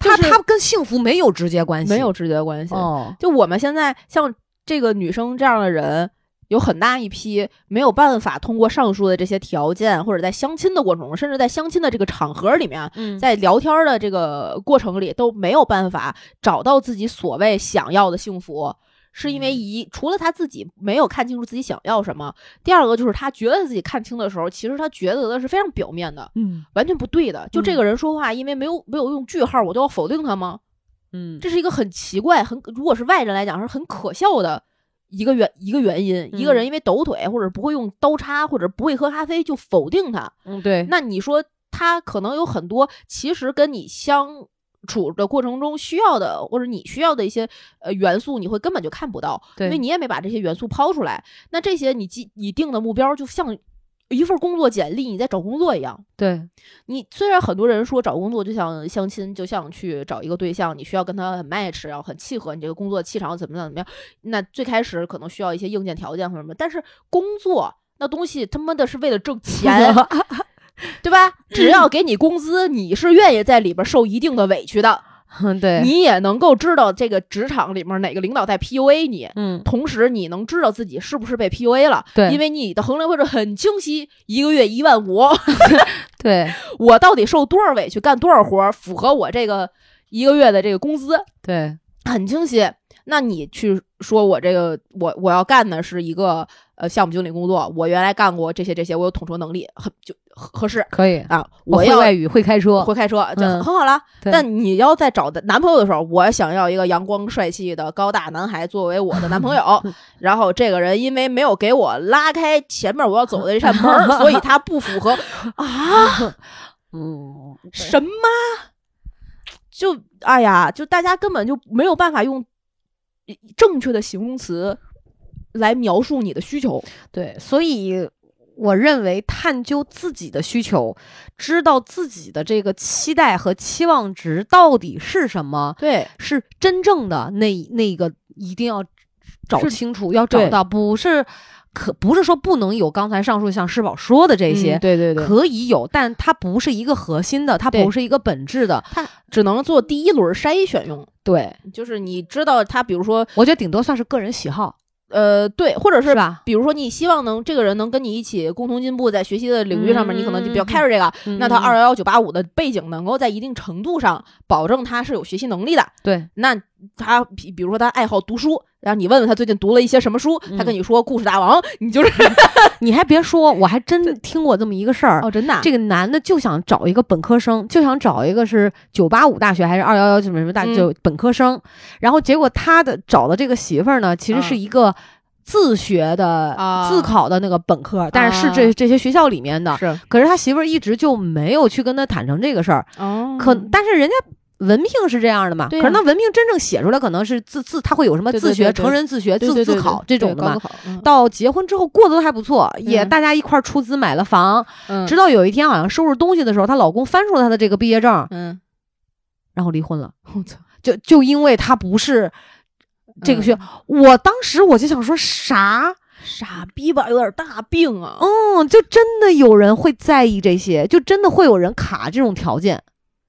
B: 它
A: 就是
B: 它跟幸福没有直接关系，
A: 没有直接关系。
B: 哦，
A: 就我们现在像这个女生这样的人，有很大一批没有办法通过上述的这些条件，或者在相亲的过程中，甚至在相亲的这个场合里面，啊
B: 嗯
A: 在聊天的这个过程里，都没有办法找到自己所谓想要的幸福。是因为
B: 嗯
A: 一，除了他自己没有看清楚自己想要什么，第二个就是他觉得自己看清的时候，其实他觉得的是非常表面的，
B: 嗯
A: 完全不对的。就这
B: 嗯
A: 个人说话，因为没有没有用句号，我都要否定他吗？
B: 嗯，
A: 这是一个很奇怪，很如果是外人来讲是很可笑的一个原一个原因。一个人
B: 嗯
A: 因为抖腿或者不会用刀叉或者不会喝咖啡就否定他，
B: 嗯对，
A: 那你说他可能有很多其实跟你相处的过程中需要的或者你需要的一些呃元素，你会根本就看不到，
B: 对
A: 因为你也没把这些元素抛出来。那这些你既你定的目标就像一份工作简历，你在找工作一样。
B: 对
A: 你虽然很多人说找工作就像相亲，就像去找一个对象，你需要跟他很 match，然后很契合你这个工作气场怎么样怎么样。那最开始可能需要一些硬件条件或者什么，但是工作那东西他妈的是为了挣钱， 对吧？只要给你工资，你是愿意在里边受一定的委屈的，
B: 对，
A: 你也能够知道这个职场里面哪个领导在 PUA 你。
B: 嗯
A: 同时，你能知道自己是不是被 PUA 了，
B: 对
A: 因为你的衡量标准很清晰，一个月一万五，
B: 对
A: 我到底受多少委屈，干多少活儿，符合我这个一个月的这个工资，
B: 对
A: 很清晰。那你去说我这个，我我要干的是一个呃项目经理工作，我原来干过这些这些，我有统筹能力，很就合合适
B: 可以，
A: 啊。
B: 我
A: 我
B: 会
A: 要
B: 外语，会开车，
A: 会开车，就
B: 嗯
A: 很好了。
B: 对
A: 但你要在找的男朋友的时候，我想要一个阳光帅气的高大男孩作为我的男朋 友。然后这个人因为没有给我拉开前面我要走的这扇门儿， 所以他不符合啊。
B: 嗯，对
A: 什么？就哎呀，就大家根本就没有办法用正确的形容词来描述你的需求。
B: 对，所以我认为探究自己的需求，知道自己的这个期待和期望值到底是什么，
A: 对，
B: 是真正的那那个一定要找
A: 是
B: 清楚，要找
A: 对
B: 到，不是可不是说不能有刚才上述像世宝说的这些。
A: 对嗯对对，
B: 可以有，但它不是一个核心的，它
A: 对
B: 不是一个本质的。
A: 只能做第一轮筛选用。
B: 对，
A: 就是你知道他，比如说
B: 我觉得顶多算是个人喜好，
A: 呃，对，或者
B: 是
A: 是。
B: 吧？
A: 比如说，你希望能这个人能跟你一起共同进步，在学习的领域上面，你可能就比较
B: 嗯
A: care 这个。那他
B: 嗯
A: 二幺幺九八五的背景能够在一定程度上保证他是有学习能力的，
B: 对
A: 那他比比如说他爱好读书，然后你问问他最近读了一些什么书，
B: 嗯
A: 他跟你说《故事大王》，你就是
B: 你还别说，我还真听过这么一个事儿。
A: 哦，真的啊
B: 这个男的就想找一个本科生，就想找一个是九八五大学还是二幺幺什么什么大
A: 嗯
B: 就本科生，然后结果他的找的这个媳妇儿呢，其实是一个自学的、
A: 嗯啊
B: 自考的那个本科，但是是这这些学校里面的，
A: 是
B: 可是他媳妇儿一直就没有去跟他坦诚这个事儿，
A: 哦
B: 可但是人家。文凭是这样的嘛？
A: 对啊
B: 可是那文凭真正写出来，可能是自自他会有什么
A: 对对
B: 自学、
A: 对对
B: 成人自学、自自考嗯这种的嘛？到结婚之后过得都还不错，也
A: 嗯
B: 大家一块儿出资买了房，
A: 嗯
B: 直到有一天好像收拾东西的时候，她老公翻出了她的这个毕业证，
A: 嗯，
B: 然后离婚了。
A: 我操，
B: 就就因为她不是这个学，
A: 嗯
B: 我当时我就想说啥？
A: 傻逼吧，有点大病啊！
B: 嗯，就真的有人会在意这些，就真的会有人卡这种条件。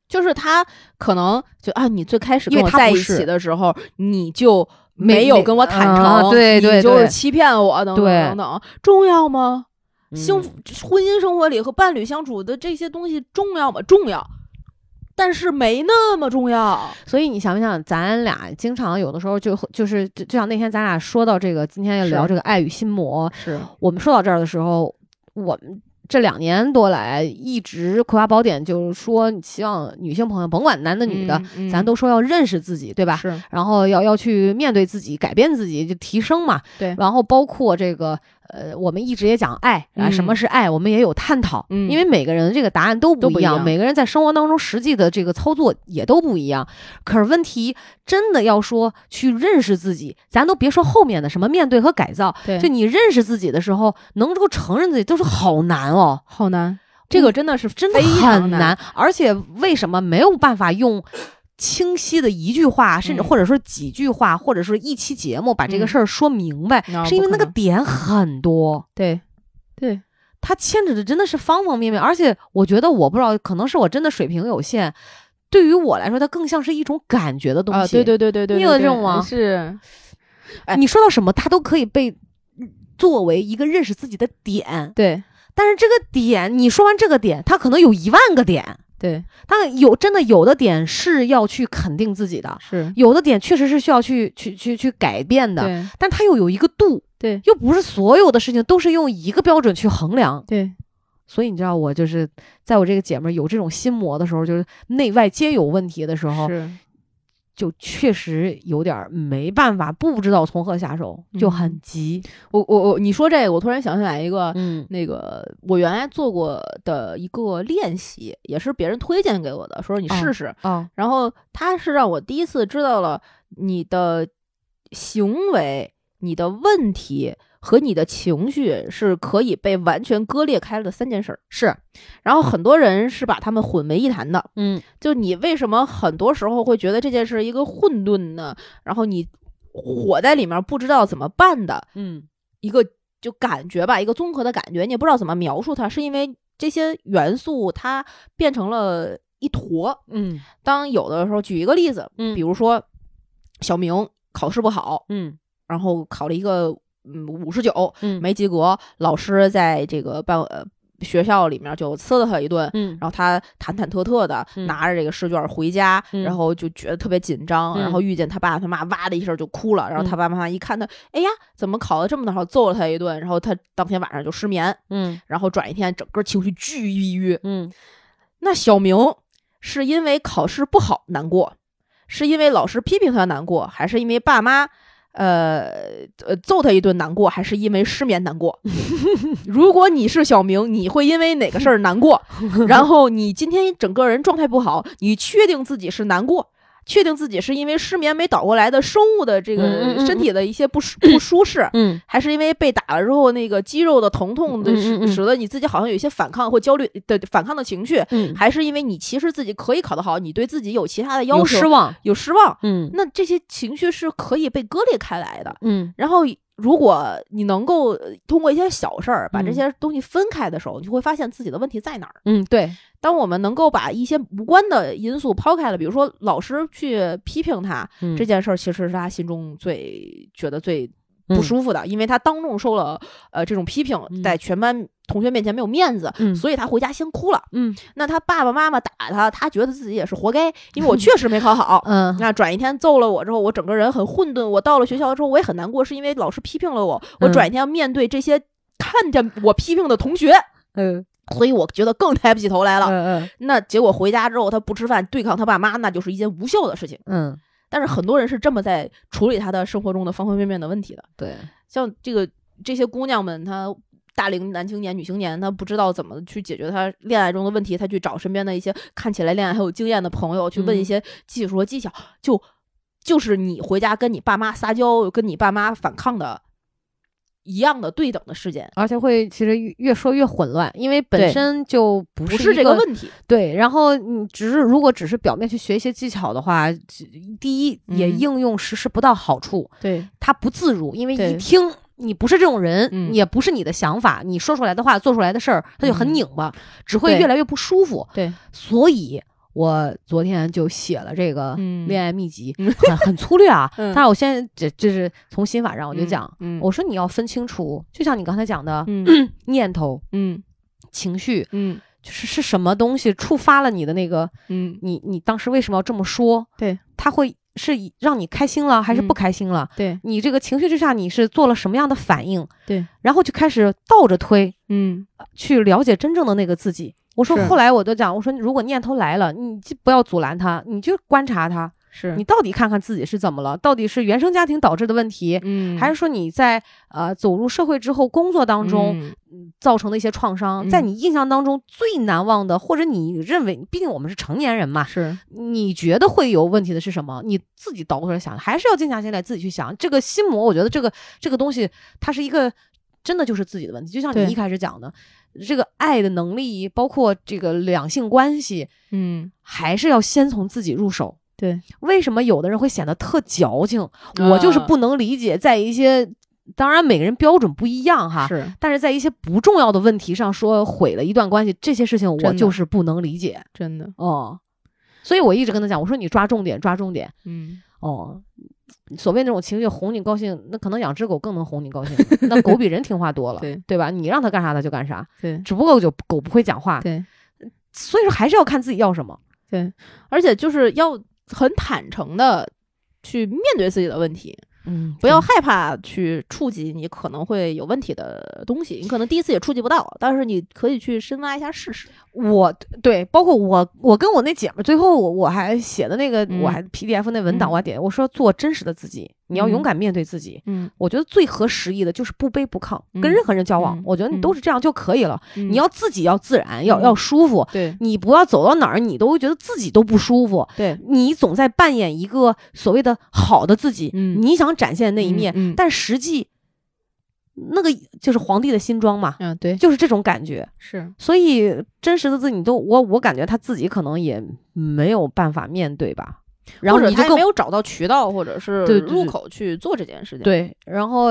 A: 就是他可能就啊，你最开始跟
B: 因为
A: 我
B: 他
A: 在
B: 不
A: 一
B: 是
A: 起的时候，你就
B: 没
A: 没有跟我坦诚，
B: 啊对对
A: 你就是
B: 对
A: 欺骗我，等等
B: 对
A: 等等，重要吗？幸
B: 幸
A: 福
B: 福、
A: 婚姻生活里和伴侣相处的这些东西重要吗？重要，但是没那么重要。
B: 所以你想不想，咱俩经常有的时候就就是就就像那天咱俩说到这个，今天要
A: 是
B: 聊这个爱与心魔，
A: 是，
B: 我们说到这儿的时候，我们这两年多来一直《葵花宝典》就是说，希望女性朋友甭管男的女的，
A: 嗯
B: 咱都说要认识自己，对吧？
A: 是
B: 然后要要去面对自己，改变自己，就提升嘛。
A: 对
B: 然后包括这个呃，我们一直也讲爱啊，
A: 嗯
B: 什么是爱，我们也有探讨，
A: 嗯
B: 因为每个人这个答案都
A: 都
B: 不
A: 不一
B: 一样，
A: 样
B: 每个人在生活当中实际的这个操作也都不一样。可是问题真的要说去认识自己，咱都别说后面的什么面对和改造，
A: 对
B: 就你认识自己的时候，能够承认自己都是好难哦，
A: 好难，嗯这个真的是
B: 真的
A: 非常
B: 很难。而且为什么没有办法用？清晰的一句话，甚至
A: 嗯
B: 或者说几句话，或者说一期节目把这个
A: 嗯
B: 事儿说明白，
A: 那
B: 是因为
A: 不
B: 那
A: 可
B: 个
A: 能
B: 点很多。
A: 对，对，
B: 它牵扯的真的是方方面面，而且我觉得我不知道，可能是我真的水平有限，对于我来说，它更像是一种感觉的东西。
A: 啊，对对对对对，
B: 你
A: 对
B: 有这
A: 对
B: 种吗
A: 是，哎
B: 你说到什么，它都可以被嗯作为一个认识自己的点。
A: 对
B: 但是这个点，你说完这个点，它可能有一万个点，
A: 对
B: 但有真的有的点是要去肯定自己的，
A: 是
B: 有的点确实是需要去去去去改变的，
A: 对
B: 但它又有一个度，
A: 对
B: 又不是所有的事情都是用一个标准去衡量。
A: 对，
B: 所以你知道，我就是在我这个姐妹儿有这种心魔的时候，就是内外皆有问题的时候，
A: 是
B: 就确实有点儿没办法，不知道从何下手，就很
A: 嗯
B: 急。
A: 我我我，你说这个，我突然想起来一个。
B: 嗯
A: 那个，我原来做过的一个练习，也是别人推荐给我的，说你
B: 哦
A: 试试。
B: 哦，
A: 然后他是让我第一次知道了你的行为、你的问题和你的情绪是可以被完全割裂开了的三件事儿。
B: 是，
A: 然后很多人是把它们混为一谈的。
B: 嗯
A: 就你为什么很多时候会觉得这件事一个混沌呢？然后你火在里面不知道怎么办的
B: 嗯
A: 一个就感觉吧，一个综合的感觉，你也不知道怎么描述它，是因为这些元素它变成了一坨。
B: 嗯
A: 当有的时候，举一个例子，
B: 嗯
A: 比如说小明考试不好，
B: 嗯
A: 然后考了一个嗯五十九
B: 嗯
A: 没及格，老师在这个办呃学校里面就呲了他一顿。
B: 嗯
A: 然后他忐忐忑忑的
B: 嗯
A: 拿着这个试卷回家，
B: 嗯
A: 然后就觉得特别紧张，
B: 嗯
A: 然后遇见他爸他妈，哇的一声就哭了。然后
B: 嗯
A: 他爸妈一看他，哎呀，怎么考的这么难？然后揍了他一顿。然后他当天晚上就失眠，
B: 嗯
A: 然后转一天整个情绪巨抑郁。
B: 嗯
A: 那小明是因为考试不好难过，是因为老师批评他难过，还是因为爸妈呃呃揍他一顿难过，还是因为失眠难过？ 如果你是小明，你会因为哪个事儿难过？然后你今天整个人状态不好，你确定自己是难过？确定自己是因为失眠没倒过来的生物的这
B: 嗯嗯
A: 个
B: 嗯
A: 身体的一些不舒不舒适，
B: 嗯
A: 还是因为被打了之后那个肌肉的疼痛的
B: 嗯嗯
A: 使
B: 嗯
A: 使得你自己好像有一些反抗或焦虑的反抗的情绪，
B: 嗯，
A: 还是因为你其实自己可以考得好，你对自己有其他的要
B: 有
A: 求，
B: 失望。
A: 有失望，
B: 嗯
A: 那这些情绪是可以被割裂开来的。
B: 嗯
A: 然后，如果你能够呃通过一些小事儿把这
B: 嗯
A: 些东西分开的时候，你会发现自己的问题在哪儿。
B: 嗯，对，
A: 当我们能够把一些无关的因素抛开了，比如说老师去批评他
B: 嗯
A: 这件事儿，其实是他心中最觉得最
B: 嗯
A: 不舒服的，因为他当众受了呃这种批评
B: 嗯，
A: 在全班同学面前没有面子，
B: 嗯
A: 所以他回家先哭了。
B: 嗯
A: 那他爸爸妈妈打他，他觉得自己也是活该，因为我确实没考好。
B: 嗯
A: 那转一天揍了我之后，我整个人很混沌。我到了学校之后，我也很难过，是因为老师批评了我。我
B: 嗯
A: 转一天面对这些看见我批评的同学，
B: 嗯
A: 所以我觉得更抬不起头来了。
B: 嗯
A: 那结果回家之后，他不吃饭，对抗他爸妈，那就是一件无效的事情。
B: 嗯，
A: 但是很多人是这么在处理他的生活中的方方面面的问题的。
B: 对，
A: 像这个这些姑娘们，她大龄男青年、女青年，她不知道怎么去解决她恋爱中的问题，她去找身边的一些看起来恋爱很有经验的朋友去问
B: 嗯
A: 一些技术和技巧，就就是你回家跟你爸妈撒娇，跟你爸妈反抗的一样的对等的事件，
B: 而且会其实越越说越混乱，因为本
A: 对
B: 身就不
A: 不
B: 是
A: 是
B: 一
A: 这个问题。
B: 对，然后你只是如果只是表面去学一些技巧的话，只第一也
A: 嗯
B: 应用实施不到好处，
A: 对
B: 它不自如，因为一
A: 对
B: 听你不是这种人，
A: 嗯
B: 也不是你的想法，你说出来的话、做出来的事儿，它就很
A: 嗯
B: 拧巴，只会
A: 对
B: 越来越不舒服。
A: 对，
B: 所以我昨天就写了这个
A: 嗯
B: 恋爱秘籍，
A: 嗯
B: 很很粗略啊，
A: 嗯
B: 但是我现在这这是从心法上我就讲，，
A: 嗯，
B: 我说你要分清楚，就像你刚才讲的、
A: 嗯
B: 念头、
A: 嗯
B: 情绪。
A: 嗯
B: 就是是什么东西触发了你的那个
A: 嗯，
B: 你你当时为什么要这么说？
A: 对，
B: 他会是以让你开心了还是不
A: 嗯
B: 开心了？
A: 对，
B: 你这个情绪之下你是做了什么样的反应？
A: 对，
B: 然后就开始倒着推
A: 嗯
B: 去了解真正的那个自己。我说
A: 是
B: 后来我就讲，我说如果念头来了，你就不要阻拦他，你就观察他，
A: 是
B: 你到底看看自己是怎么了，到底是原生家庭导致的问题，
A: 嗯
B: 还是说你在呃走入社会之后工作当中
A: 嗯
B: 造成的一些创伤，在
A: 嗯
B: 你印象当中最难忘的，或者你认为，毕竟我们是成年人嘛，
A: 是
B: 你觉得会有问题的是什么？你自己倒过来想，还是要静下心来自己去想。这个心魔，我觉得这个这个东西，它是一个真的就是自己的问题。就像
A: 对
B: 你一开始讲的，这个爱的能力，包括这个两性关系，
A: 嗯
B: 还是要先从自己入手。
A: 对，啊
B: 为什么有的人会显得特矫情？我就是不能理解，在一些当然每个人标准不一样哈，
A: 是
B: 但是在一些不重要的问题上说毁了一段关系，这些事情我
A: 真的
B: 就是不能理解。
A: 真的，
B: 哦，所以我一直跟他讲，我说你抓重点，抓重点。
A: 嗯
B: 哦，所谓那种情绪哄你高兴，那可能养只狗更能哄你高兴。那狗比人听话多了，
A: 对
B: 吧？你让它干啥它就干啥，
A: 对啊
B: 只不过就狗不会讲话，
A: 对
B: 所以说还是要看自己要什么。
A: 对，而且就是要很坦诚的去面对自己的问题，
B: 嗯，
A: 不要害怕去触及你可能会有问题的东西，你可能第一次也触及不到，但是你可以去深挖一下试试。
B: 我对，包括我，我跟我那姐们儿，最后我我还写的那个，
A: 嗯
B: 我还 PDF 那文档，
A: 嗯
B: 我还点，我说做真实的自己，你要
A: 嗯
B: 勇敢面对自己。
A: 嗯，
B: 我觉得最合时宜的就是不卑不亢，
A: 嗯
B: 跟任何人交往，
A: 嗯
B: 我觉得你
A: 嗯
B: 都是这样就可以了。
A: 你
B: 你要自己要自然，要
A: 嗯
B: 要舒服，
A: 对
B: 你不要走到哪儿，你都会觉得自己都不舒服。
A: 对，
B: 你总在扮演一个所谓的好的自己，
A: 嗯
B: 你想展现的那一面，
A: 嗯嗯
B: 但实际那个就是皇帝的新装嘛，
A: 嗯，对，
B: 就是这种感觉。
A: 是
B: 所以真实的自己，你都我我感觉他自己可能也没有办法面对吧。然后
A: 或者
B: 你
A: 他
B: 就
A: 也
B: 更
A: 没有找到渠道或者是
B: 对对对
A: 入口去做这件事情。
B: 对，然后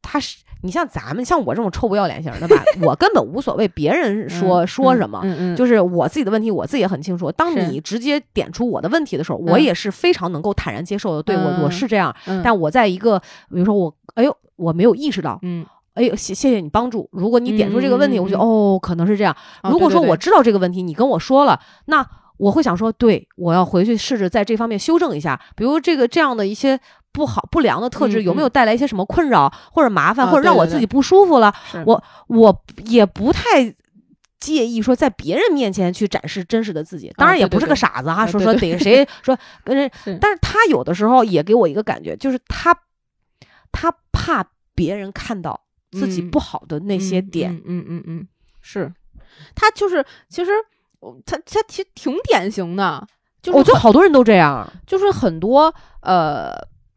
B: 他是你像咱们像我这种臭不要脸型的吧，我根本无所谓别人
A: 嗯，
B: 说、说什么。
A: 嗯嗯，
B: 就是我自己的问题，我自己也很清楚。当
A: 是
B: 你直接点出我的问题的时候，我
A: 嗯
B: 也是非常能够坦然接受的。对我，我
A: 嗯
B: 是这样，
A: 嗯
B: 但我在一个，比如说我，哎呦，我没有意识到，
A: 嗯，
B: 哎呦，谢谢谢你帮助。如果你点出这个问题，
A: 嗯嗯嗯
B: 我觉得哦，可能是这样。
A: 哦
B: 如果
A: 对
B: 说
A: 对
B: 我
A: 对
B: 知道这个问题，你跟我说了，那我会想说，对我要回去试着在这方面修正一下，比如这个这样的一些。不好不良的特质
A: 嗯
B: 有
A: 嗯
B: 没有带来一些什么困扰或者麻烦，
A: 啊
B: 或者让
A: 对
B: 我
A: 对
B: 自
A: 对
B: 己不舒服了？
A: 是
B: 我也不太介意说在别人面前去展示真实的自己，当然也
A: 对对
B: 不是个
A: 对
B: 傻子哈，
A: 啊
B: 说
A: 对
B: 说
A: 对
B: 逮谁 说跟人
A: 是，
B: 但是他有的时候也给我一个感觉，就是他他怕别人看到自己
A: 嗯
B: 不好的那些
A: 嗯
B: 点，，
A: 嗯嗯嗯嗯，是，他就是其实我他他其实挺典型的，就是
B: 我觉得好多人都这样，
A: 就是很多呃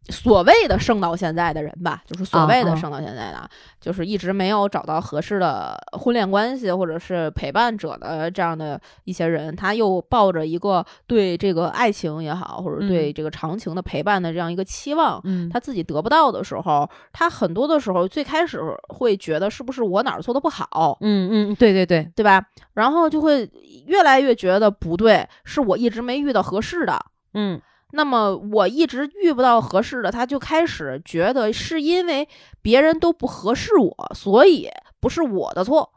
A: 所谓的剩到现在的人吧，就是所谓
B: 啊啊
A: 的剩到现在的，就是一直没有找到合适的婚恋关系或者是陪伴者的这样的一些人，他又抱着一个对这个爱情也好，或者
B: 嗯
A: 对这个长情的陪伴的这样一个期望。
B: 嗯
A: 他自己得不到的时候，他很多的时候最开始会觉得是不是我哪儿做的不好，
B: 嗯嗯，对对对，
A: 对吧？然后就会越来越觉得不对，是我一直没遇到合适的，
B: 嗯
A: 那么我一直遇不到合适的，他就开始觉得是因为别人都不合适我，所以不是我的错，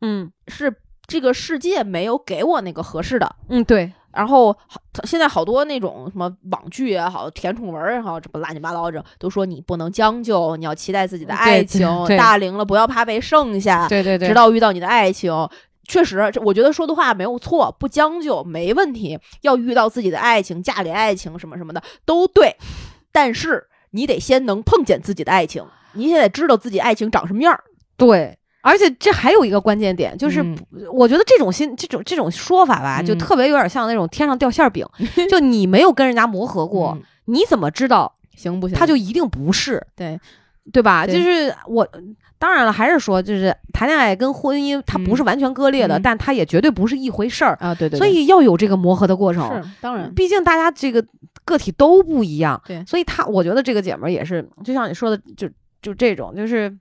B: 嗯
A: 是这个世界没有给我那个合适的。
B: 嗯，对，
A: 然后好现在好多那种什么网剧也好，甜宠文也好，这不乱七八糟这都说你不能将就，你要期待自己的爱情
B: 对对，
A: 大龄了不要怕被剩下，
B: 对对对，
A: 直到遇到你的爱情。确实，这我觉得说的话没有错，不将就没问题。要遇到自己的爱情，嫁给爱情什么什么的都对，但是你得先能碰见自己的爱情，你也得知道自己爱情长什么样儿。
B: 对。而且这还有一个关键点，就是
A: 嗯
B: 我觉得这种心、这种这种说法吧，就
A: 嗯
B: 特别有点像那种天上掉馅儿 饼，就你没有跟人家磨合过，
A: 嗯
B: 你怎么知道
A: 行不行？
B: 他就一定不是？
A: 对
B: 对吧？
A: 对
B: 就是我，当然了，还是说，就是谈恋爱跟婚姻它不是完全割裂的，
A: 嗯
B: 但它也绝对不是一回事儿，
A: 啊，对对
B: 所以要有这个磨合的过程。
A: 是当然，
B: 毕竟大家这个个体都不一样，
A: 嗯对
B: 所以她，我觉得这个姐们儿也是，就像你说的，就就这种，就是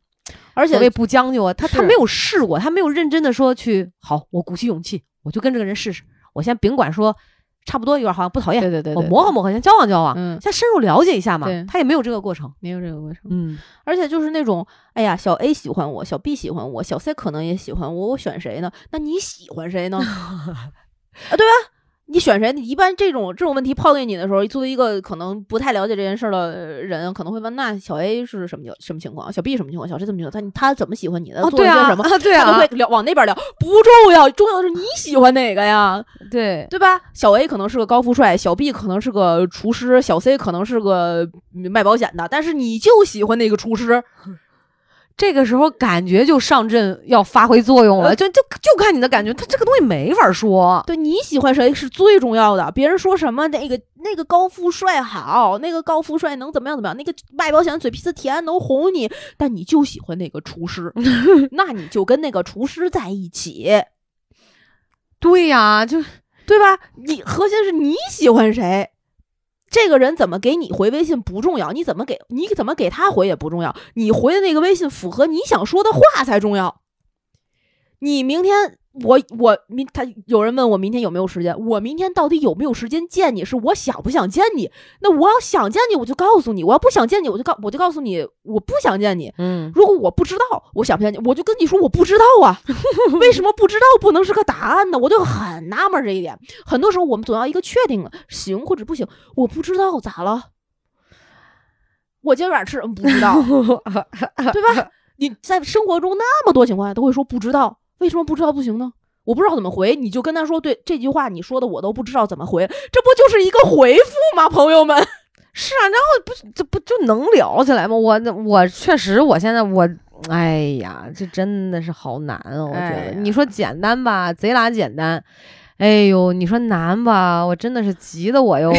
A: 而
B: 所
A: 且
B: 谓不将就啊，她她
A: 是
B: 没有试过，她没有认真的说去，好，我鼓起勇气，我就跟这个人试试，我先甭管说差不多一会儿好像不讨厌，
A: 对对对，
B: 我
A: 对
B: 磨合，磨合，先交往交往，
A: 嗯，
B: 先深入了解一下嘛
A: 对，
B: 她也没有这个过程，
A: 没有这个过程。
B: 嗯，
A: 而且就是那种，哎呀，小 A 喜欢我，小 B 喜欢我， 小 C 可能也喜欢我，我选谁呢？那你喜欢谁呢？啊，对吧？你选谁？一般这种这种问题抛给你的时候，作为一个可能不太了解这件事儿的人，可能会问：那小 A 是什么情什么情况？小 B 什么情况？小 C 怎么情况？他他怎么喜欢你的？
B: 哦，
A: 呃做了
B: 对
A: 些
B: 啊，
A: 什么？
B: 啊， 对
A: 他都
B: 啊
A: 会，聊往那边聊，不重要，重要的是你喜欢哪个呀，
B: 对，
A: 对吧？小 A 可能是个高富帅，小 B 可能是个厨师，小 C 可能是个嗯卖保险的，但是你就喜欢那个厨师，
B: 这个时候感觉就上阵要发挥作用
A: 呃
B: 了，就就就看你的感觉，他这个东西没法说。
A: 对你喜欢谁是最重要的。别人说什么那个那个高富帅好，那个高富帅能怎么样怎么样，那个卖保险嘴皮子甜能哄你，但你就喜欢那个厨师，那你就跟那个厨师在一起，
B: 对呀、就
A: 对吧？你核心是你喜欢谁。这个人怎么给你回微信不重要，你怎么给你怎么给他回也不重要，你回的那个微信符合你想说的话才重要。你明天我我明他有人问我明天有没有时间，我明天到底有没有时间见你？是我想不想见你？那我要想见你，我就告诉你；我要不想见你，我就告我就告诉你我不想见你。
B: 嗯，
A: 如果我不知道，我想不想见你，我就跟你说我不知道啊。 为什么不知道不能是个答案呢？我就很纳闷这一点。很多时候我们总要一个确定的行或者不行，我不知道咋了。我今儿晚上吃什么不知道， 对吧？你在生活中那么多情况下都会说不知道，为什么不知道不行呢？我不知道怎么回，你就跟他说，对这句话你说的我都不知道怎么回，这不就是一个回复吗？朋友们，
B: 是啊，然后不这不就能聊起来吗？我我确实，我现在我。哎呀，这真的是好难啊！我觉得、
A: 哎呀
B: 你说简单吧，贼拉简单；哎呦，你说难吧，我真的是急 的我哟。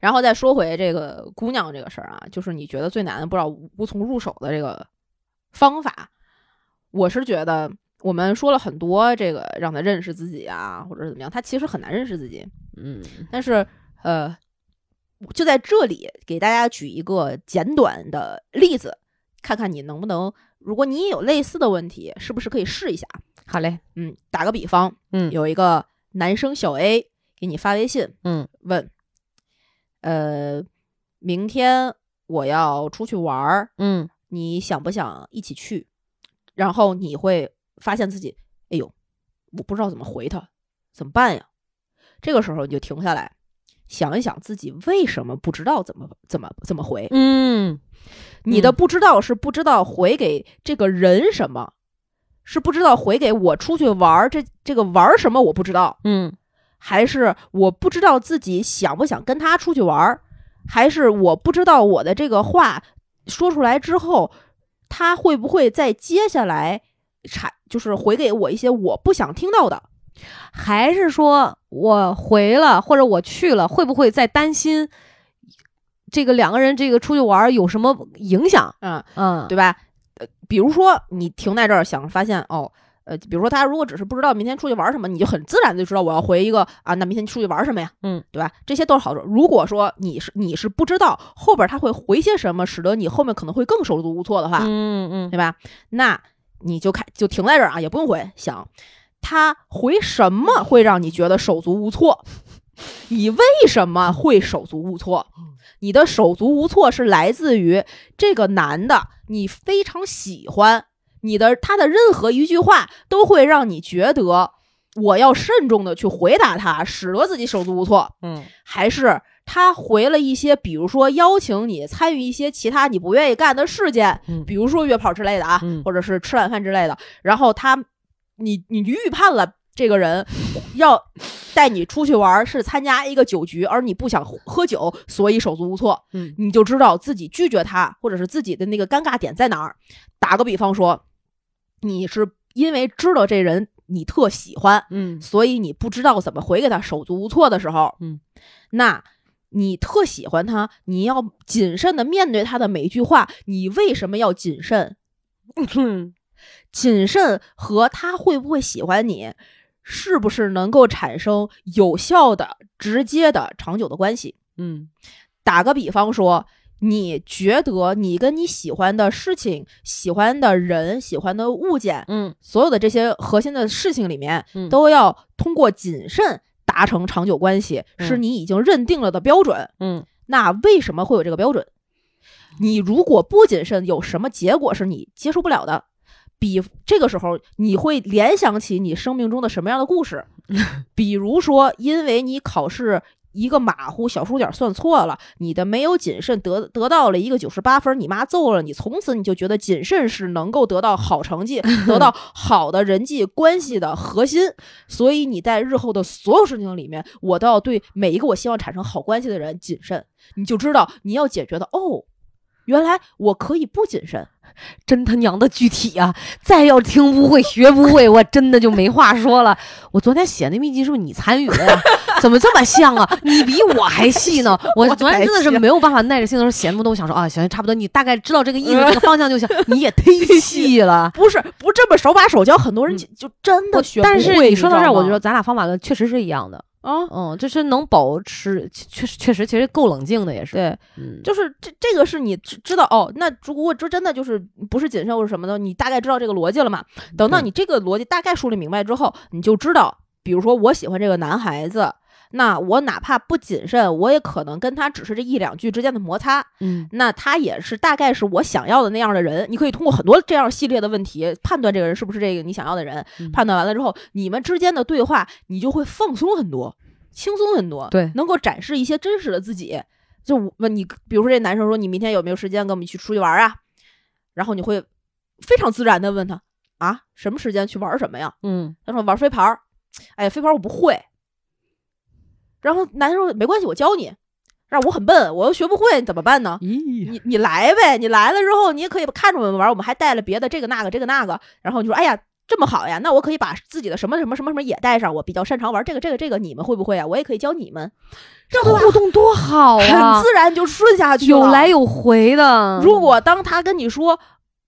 A: 然后再说回这个姑娘这个事儿啊，就是你觉得最难的，不知道无从入手的这个方法，我是觉得我们说了很多这个让她认识自己啊，或者是怎么样，她其实很难认识自己。
B: 嗯，
A: 但是呃，就在这里给大家举一个简短的例子，看看你能不能，如果你也有类似的问题，是不是可以试一下？
B: 好嘞，
A: 嗯，打个比方，
B: 嗯
A: 有一个男生小 A 给你发微信，
B: 嗯，
A: 问，呃，明天我要出去玩儿，
B: 嗯，
A: 你想不想一起去？然后你会发现自己，哎呦，我不知道怎么回他，怎么办呀？这个时候你就停下来，想一想自己为什么不知道怎么怎么怎么回。
B: 嗯，
A: 你的
B: 嗯
A: 不知道是不知道回给这个人什么，是不知道回给我出去玩儿这这个玩儿什么我不知道，
B: 嗯，
A: 还是我不知道自己想不想跟他出去玩儿，还是我不知道我的这个话说出来之后，他会不会在接下来产就是回给我一些我不想听到的？
B: 还是说我回了或者我去了，会不会再担心这个两个人这个出去玩儿有什么影响？
A: 嗯，
B: 嗯，
A: 对吧？呃，比如说你停在这儿想发现哦，呃，比如说他如果只是不知道明天出去玩什么，你就很自然的知道我要回一个啊，那明天出去玩什么呀？
B: 嗯，
A: 对吧？这些都是好处。如果说你是你是不知道后边他会回些什么，使得你后面可能会更手足无措的话，
B: 嗯嗯
A: 对吧？那你就看就停在这儿啊，也不用回，想他回什么会让你觉得手足无措？你为什么会手足无措？你的手足无措是来自于这个男的，你非常喜欢你的他的任何一句话都会让你觉得我要慎重的去回答他，使得自己手足无措。
B: 嗯
A: 还是他回了一些，比如说邀请你参与一些其他你不愿意干的事件，
B: 嗯
A: 比如说约炮之类的啊，
B: 嗯
A: 或者是吃晚饭之类的。然后他，你你预判了这个 人要带你出去玩儿是参加一个酒局，而你不想喝喝酒，所以手足无措，
B: 嗯
A: 你就知道自己拒绝他，或者是自己的那个尴尬点在哪儿。打个比方说，你是因为知道这人你特喜欢，
B: 嗯
A: 所以你不知道怎么回给他，手足无措的时候，
B: 嗯，
A: 那你特喜欢他，你要谨慎的面对他的每一句话。你为什么要谨慎？
B: 嗯，
A: 谨慎和他会不会喜欢你，是不是能够产生有效的、直接的、长久的关系？
B: 嗯
A: 打个比方说，你觉得你跟你喜欢的事情、喜欢的人、喜欢的物件，
B: 嗯
A: 所有的这些核心的事情里面，
B: 嗯
A: 都要通过谨慎达成长久关系，
B: 嗯
A: 是你已经认定了的标准。
B: 嗯
A: 那为什么会有这个标准？你如果不谨慎，有什么结果是你接受不了的？比这个时候，你会联想起你生命中的什么样的故事？比如说，因为你考试一个马虎小数点算错了，你的没有谨慎得得到了一个九十八分，你妈揍了你，从此你就觉得谨慎是能够得到好成绩、得到好的人际关系的核心。所以你在日后的所有事情里面，我都要对每一个我希望产生好关系的人谨慎。你就知道你要解决的哦，原来我可以不谨慎。
B: 真他娘的具体啊！再要听不会、学不 会，我真的就没话说了。我昨天写那秘籍是不是你参与的 呀？怎么这么像啊？你比我还细 呢！我昨天真的是没有办法耐着性的时候，写那么多，我想说啊，行，差不多，你大概知道这个 意思、这个方向就行。你也忒细 了。
A: 不是不这么手把手教，很多人就就真的学不会。
B: 但是
A: 你
B: 说到这儿，我
A: 知
B: 觉
A: 道吗
B: 得咱俩方法论确实是一样的。
A: 啊，
B: 嗯，就是能保持，确实确实其实够冷静的，也是。
A: 对，
B: 嗯，
A: 就是这这个是你知知道哦。那如果这真的就是不是谨慎或者什么的，你大概知道这个逻辑了嘛？等到
B: 对
A: 你这个逻辑大概梳理明白之后，你就知道，比如说我喜欢这个男孩子。那我哪怕不谨慎，我也可能跟他只是这一两句之间的摩擦，
B: 嗯，
A: 那他也是大概是我想要的那样的人。你可以通过很多这样系列的问题判断这个人是不是这个你想要的人。
B: 嗯
A: 判断完了之后，你们之间的对话你就会放松很多，轻松很多，
B: 对
A: 能够展示一些真实的自己。就我问你，比如说这男生说你明天有没有时间跟我们去出去玩啊？然后你会非常自然的问他啊，什么时间去玩什么呀？
B: 嗯，
A: 他说玩飞盘儿，哎呀，飞盘儿我不会。然后男生说没关系，我教你。让我很笨，我又学不会，怎么办呢？
B: 咦，
A: 你你来呗，你来了之后，你也可以看着我们玩，我们还带了别的这个那个这个那个，然后你说，哎呀，这么好呀，那我可以把自己的什么什么什么什么也带上，我比较擅长玩这个这个这个，你们会不会啊？我也可以教你们，
B: 这互动多好
A: 很
B: 啊！
A: 自然就顺下去了。
B: 有来有回的，
A: 如果当他跟你说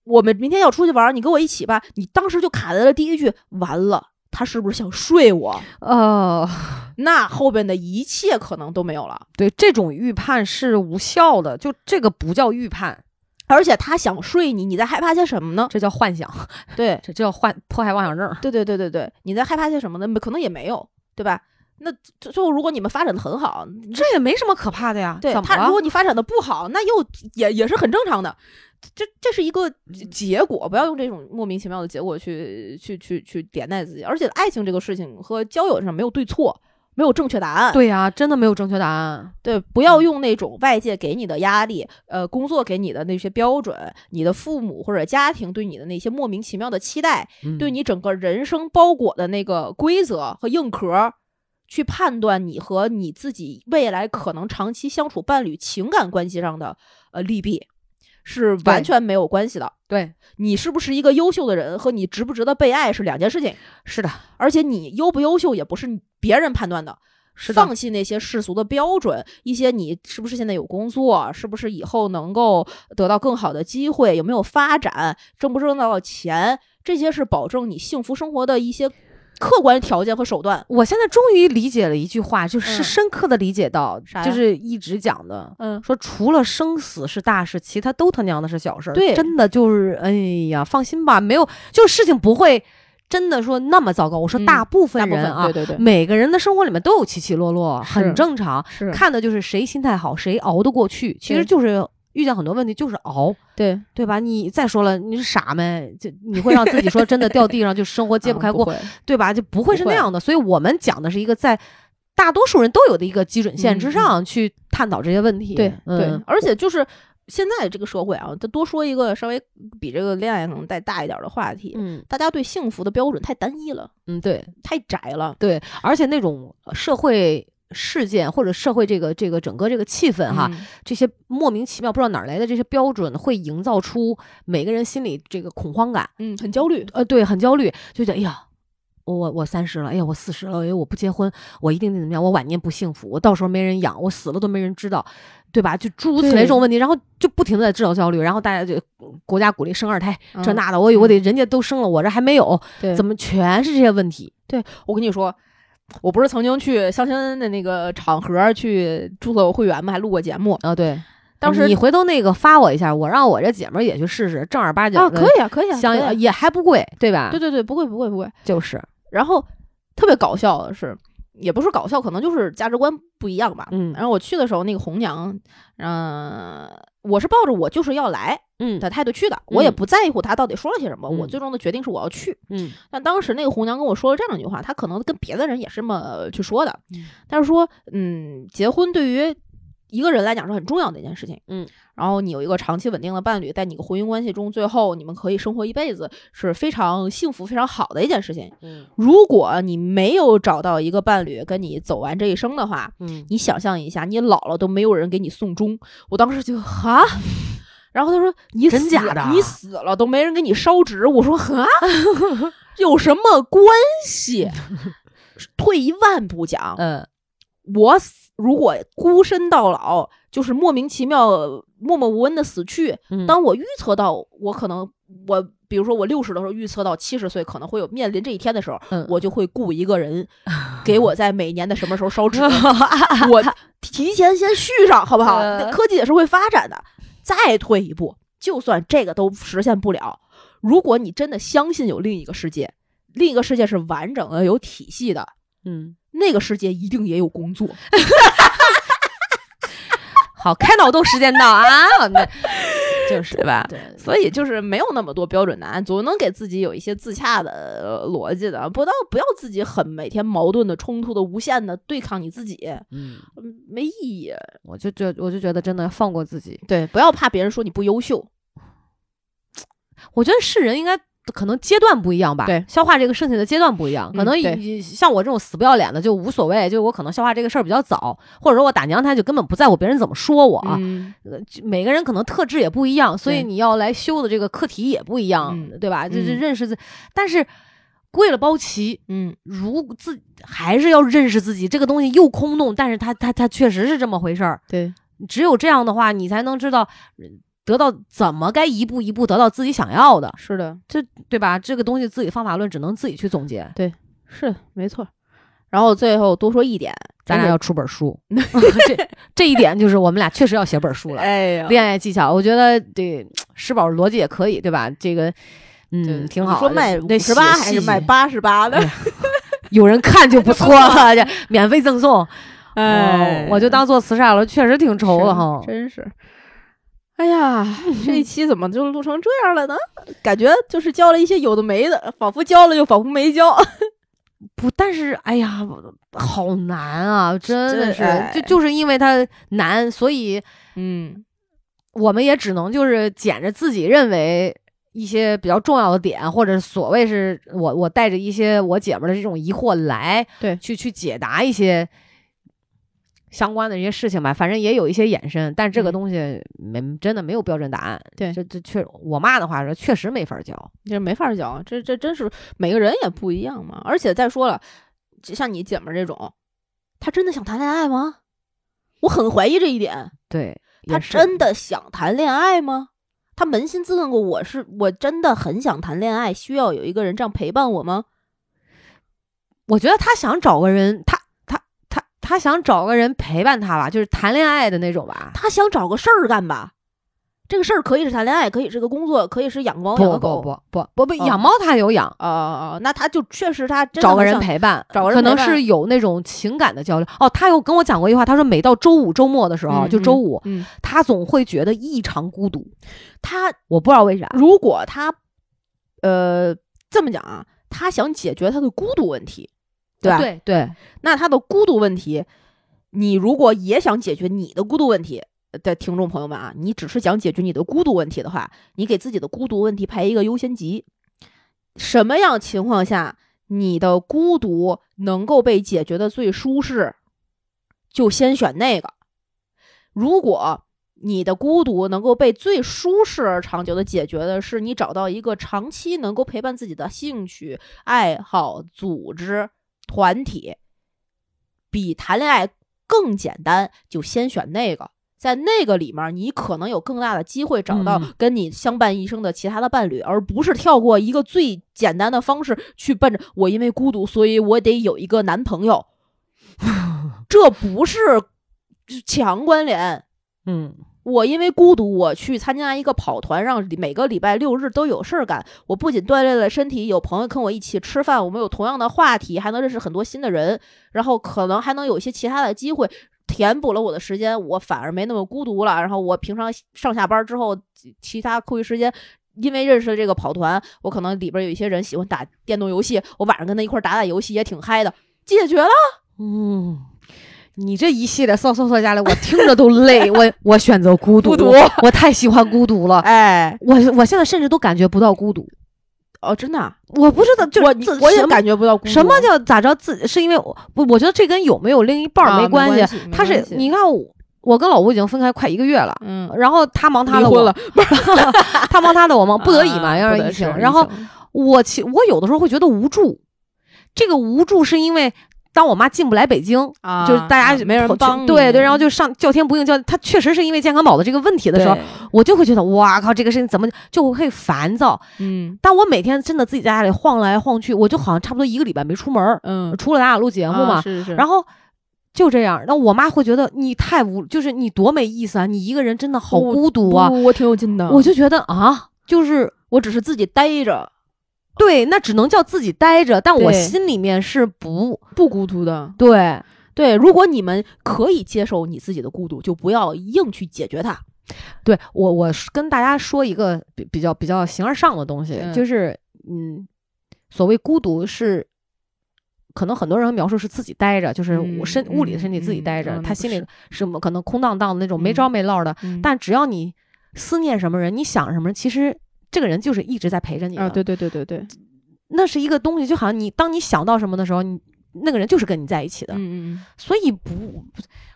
A: 我们明天要出去玩，你跟我一起吧，你当时就卡在了第一句，完了，他是不是想睡我？
B: 呃，
A: 那后边的一切可能都没有了。
B: 对，这种预判是无效的，就这个不叫预判，
A: 而且他想睡你，你在害怕些什么呢？
B: 这叫幻想，
A: 对，
B: 这这叫幻迫害妄想症。
A: 对对对对对，你在害怕些什么呢？没可能也没有，对吧？那最最后，如果你们发展的很好，
B: 这也没什么可怕的呀，
A: 对
B: 怎么
A: 他，如
B: 了
A: 果？你发展的不好，那又也也是很正常的。这这是一个结果，不要用这种莫名其妙的结果去去去去连带自己。而且，爱情这个事情和交友上没有对错，没有正确答案。
B: 对嗯呀、真的没有正确答案。
A: 对，不要用那种外界给你的压力，呃，工作给你的那些标准，你的父母或者家庭对你的那些莫名其妙的期待，对
B: 嗯
A: 你整个人生包裹的那个规则和硬壳儿，去判断你和你自己未来可能长期相处伴侣情感关系上的呃利弊，是完
B: 对
A: 全没有关系的。
B: 对，
A: 你是不是一个优秀的人和你值不值得被爱是两件事情，
B: 是的，
A: 而且你优不优秀也不是别人判断的。
B: 是的
A: 放弃那些世俗的标准，一些你是不是现在有工作，是不是以后能够得到更好的机会，有没有发展，挣不挣得到钱，这些是保证你幸福生活的一些客观条件和手段。
B: 我现在终于理解了一句话，就是
A: 嗯
B: 深刻的理解到，
A: 啥呀
B: 就是一直讲的。
A: 嗯，
B: 说除了生死是大事，其他都他娘的是小事儿。
A: 对
B: 真的就是，哎呀，放心吧，没有，就事情不会真的说那么糟糕。我说
A: 嗯
B: 大部分
A: 大部
B: 人
A: 分嗯
B: 啊，
A: 对对对，
B: 每个人的生活里面都有起起落落，很
A: 是
B: 正常。
A: 是
B: 看的就是谁心态好，谁熬得过去。其实
A: 对
B: 就是遇见很多问题就是熬，
A: 对，
B: 对吧？你再说了，你是傻呗，就你会让自己说真的掉地上，就生 活揭不开锅，
A: 嗯会
B: 对吧？就不会是那样的。所以我们讲的是一个在大多数人都有的一个基准线之上去探讨这些问题。
A: 嗯对对
B: 嗯，，
A: 而且就是现在这个社会啊，再多说一个稍微比这个恋爱可能再大一点的话题，
B: 嗯
A: 大家对幸福的标准太单一了，
B: 嗯，对
A: 太窄了。
B: 对，而且那种社会。事件或者社会这个这个整个这个气氛哈，
A: 嗯
B: 这些莫名其妙不知道哪儿来的这些标准，会营造出每个人心里这个恐慌感。
A: 嗯，很焦虑。
B: 呃，对，很焦虑，就觉得哎呀，我我我三十了，哎呀，我四十了，哎呀，我不结婚，我一定得怎么样，我晚年不幸福，我到时候没人养，我死了都没人知道，对吧？就诸如此类这种问题，然后就不停的在制造焦虑，然后大家就国家鼓励生二胎，这
A: 嗯
B: 那的，我我得人家都生了，我这还没有，
A: 对
B: 怎么全是这些问题？
A: 我跟你说，我不是曾经去相亲的那个场合去注册我会员嘛，还录过节目。
B: 啊，对，
A: 当时
B: 你回头那个发我一下，我让我这姐们儿也去试试，正儿八经
A: 啊，
B: 的
A: 可以啊，可以啊，
B: 相
A: 可以啊
B: 也还不贵，对吧？
A: 对对对，不会不会不会。
B: 就是，
A: 啊然后特别搞笑的是，也不是搞笑，可能就是价值观不一样吧。
B: 嗯
A: 然后我去的时候，那个红娘，嗯、我是抱着我就是要来
B: 嗯
A: 的态度去的，我也
B: 嗯
A: 不在乎他到底说了些什么，我
B: 嗯
A: 最终的决定是我要去。
B: 嗯
A: 但当时那个红娘跟我说了这样一句话，她可能跟别的人也是这么去说的
B: 嗯，
A: 她是说，嗯，结婚对于一个人来讲是很重要的一件事情，
B: 嗯，
A: 然后你有一个长期稳定的伴侣，在你的婚姻关系中，最后你们可以生活一辈子，是非常幸福、非常好的一件事情。
B: 嗯
A: 如果你没有找到一个伴侣跟你走完这一生的话，
B: 嗯
A: 你想象一下，你老了都没有人给你送终，我当时就哈。 然后他说：“你
B: 真
A: 死
B: 假的
A: 你死了都没人给你烧纸。”我说：“哈， 有什么关系？退一万步讲，
B: 嗯
A: 我死如果孤身到老，就是莫名其妙、默默无闻的死去。
B: 嗯
A: 当我预测到我可能我，比如说我六十的时候预测到七十岁可能会有面临这一天的时候，
B: 嗯
A: 我就会雇一个 人给我在每年的什么时候烧纸，我提前先续上，好不好？
B: 呃
A: 科技也是会发展的。再退一步，就算这个都实现不了，如果你真的相信有另一个世界，另一个世界是完整的、有体系的，
B: 嗯，
A: 那个世界一定也有工作。
B: 好，开脑洞时间到啊， 我们就是对吧？
A: 对，所以就是没有那么多标准答案，总能给自己有一些自洽的呃逻辑的，不到不要自己很每天矛盾的、冲突的、无限的对抗你自己，
B: 嗯，
A: 嗯没意义。
B: 我就觉我就觉得真的放过自己，
A: 对，不要怕别人说你不优秀。
B: 我觉得是人应该。可能阶段不一样吧，
A: 对
B: 消化这个事情的阶段不一样。
A: 嗯
B: 可能
A: 对
B: 以像我这种死不要脸的就无所谓，就我可能消化这个事儿比较早，或者说我打娘胎就根本不在乎别人怎么说我啊。
A: 嗯，
B: 呃就每个人可能特质也不一样，所以
A: 对
B: 你要来修的这个课题也不一样，
A: 嗯
B: 对吧？就是
A: 嗯
B: 认识自，但是贵了包齐，
A: 嗯，
B: 如自还是要认识自己，这个东西又空洞，但是它它它确实是这么回事儿。
A: 对，
B: 只有这样的话，你才能知道呃得到怎么该一步一步得到自己想要的，
A: 是的，
B: 这对吧？这个东西自己方法论只能自己去总结。
A: 是没错。然后最后多说一点，
B: 咱俩要出本书， 这这一点就是我们俩确实要写本书了。
A: 哎呀，
B: 恋爱技巧，我觉得对石宝逻辑也可以，对吧？这个。嗯，挺好的。
A: 说卖
B: 对
A: 五十八还
B: 细
A: 是卖
B: 节
A: 八十八的？
B: 有人看就不错了，这免费赠送。
A: 哎
B: 哦，我就当做慈善了，确实挺愁的
A: 是
B: 啊哈。
A: 真是。哎呀，这一期怎么就录成这样了呢？感觉就是教了一些有的没的，仿佛教了又仿佛没教。
B: 不，但是哎呀，好难啊，真的是
A: 这哎，
B: 就就是因为它难，所以
A: 嗯，
B: 我们也只能就是捡着自己认为。一些比较重要的点，或者所谓是我我带着一些我姐们儿的这种疑惑来，
A: 对
B: 去去解答一些相关的一些事情吧。反正也有一些衍生，但这个
A: 嗯
B: 东西没、真的没有标准答案。
A: 对
B: 这这确我妈的话说，确实没法儿教。
A: 这没法教，这这真是每个人也不一样嘛。而且再说了，就像你姐们儿这种，她真的想谈恋爱吗？我很怀疑这一点。
B: 对，
A: 她
B: 也是
A: 真的想谈恋爱吗？她扪心自问过，我是我真的很想谈恋爱，需要有一个人这样陪伴我吗？
B: 我觉得他想找个人，他他他他想找个人陪伴他吧，就是谈恋爱的那种吧。
A: 他想找个事儿干吧。这个事儿可以是谈恋爱，可以是个工作，可以是养猫养
B: 不
A: 个
B: 不
A: 狗。
B: 不不不不，
A: 哦
B: 养猫他有养，
A: 哦哦，哦那他就确实他真的
B: 找个
A: 很
B: 人
A: 想，
B: 陪伴，
A: 找个人
B: 可
A: 陪
B: 能
A: 伴
B: 是有那种情感的交流。哦，他有跟我讲过一句话，他说每到周五周末的时候，啊
A: 嗯
B: 就周五，
A: 嗯，
B: 他总会觉得异常孤独。
A: 他
B: 我不知道为啥，
A: 如果他呃这么讲啊，他想解决他的孤独问题，对吧？
B: 对对，
A: 那他的孤独问题，你如果也想解决你的孤独问题呃的听众朋友们啊，你只是想解决你的孤独问题的话，你给自己的孤独问题排一个优先级。什么样情况下你的孤独能够被解决的最舒适，就先选那个。如果你的孤独能够被最舒适而长久的解决的是你找到一个长期能够陪伴自己的兴趣、爱好、组织、团体，比谈恋爱更简单，就先选那个。在那个里面，你可能有更大的机会找到
B: 嗯
A: 跟你相伴一生的其他的伴侣，而不是跳过一个最简单的方式去奔着我因为孤独，所以我得有一个男朋友。这不是强关联。
B: 嗯
A: 我因为孤独，我去参加一个跑团，让每个礼拜六日都有事儿干。我不仅锻炼了身体，有朋友跟我一起吃饭，我们有同样的话题，还能认识很多新的人，然后可能还能有一些其他的机会。填补了我的时间，我反而没那么孤独了。然后我平常上下班之后，其其他空余时间。因为认识了这个跑团，我可能里边有一些人喜欢打电动游戏，我晚上跟他一块儿打打游戏也挺嗨的，解决了。
B: 嗯，你这一系列嗖嗖嗖下来，我听着都累。我我选择孤独，
A: 孤独
B: 我太喜欢孤独了。
A: 哎，
B: 我我现在甚至都感觉不到孤独，
A: 哦，真的啊，
B: 我不知道，就
A: 我
B: 自
A: 我
B: 什
A: 也
B: 么
A: 感觉不到孤独
B: 什么叫咋着自，是因为我不，我觉得这跟有没有另一半
A: 啊
B: 儿没
A: 没
B: 关系。
A: 系，没
B: 他是
A: 关系
B: 你看我，我跟老吴已经分开快一个月了，
A: 嗯，
B: 然后他忙他
A: 离
B: 的，
A: 婚
B: 我
A: 了
B: 他忙他的，我忙不得已
A: 啊
B: 嘛，要
A: 不
B: 让
A: 得
B: 疫情
A: 是。
B: 然后我其我有的时候会觉得无助，这个无助是因为当我妈进不来北京，
A: 啊，
B: 就是大
A: 啊
B: 家
A: 没人
B: 跑去
A: 帮你，
B: 对对，然后就上叫天不应叫，他确实是因为健康宝的这个问题的时候，
A: 对，
B: 我就会觉得哇靠，这个事情怎么就会烦躁？
A: 嗯
B: 但我每天真的自己在家里晃来晃去，我就好像差不多一个礼拜没出门儿，
A: 嗯，
B: 除了咱俩录节目嘛，
A: 啊是是是，
B: 然后。就这样，那我妈会觉得你太无，就是你多没意思啊！你一个人真的好
A: 不
B: 孤独啊！
A: 不我挺有劲的，
B: 我就觉得啊，就是
A: 我只是自己待着，
B: 对，那只能叫自己待着，但我
A: 对
B: 心里面是不
A: 不孤独的。
B: 对，
A: 对，如果你们可以接受你自己的孤独，就不要硬去解决它。
B: 对我，我是跟大家说一个比比较比较形而上的东西，
A: 嗯
B: 就是嗯，所谓孤独是，可能很多人会描述是自己待着，就是我身、
A: 嗯
B: 物理的身体自己
A: 嗯
B: 待着，
A: 嗯啊
B: 他
A: 那
B: 心
A: 不
B: 里
A: 是
B: 什么可能空荡荡的那种没
A: 嗯
B: 着没落的，
A: 嗯
B: 但只要你思念什么人，你想什么人，其实这个人就是一直在陪着你的。
A: 啊，对对对对对，
B: 那是一个东西，就好像你当你想到什么的时候，你那个人就是跟你在一起的，
A: 嗯嗯
B: 所以不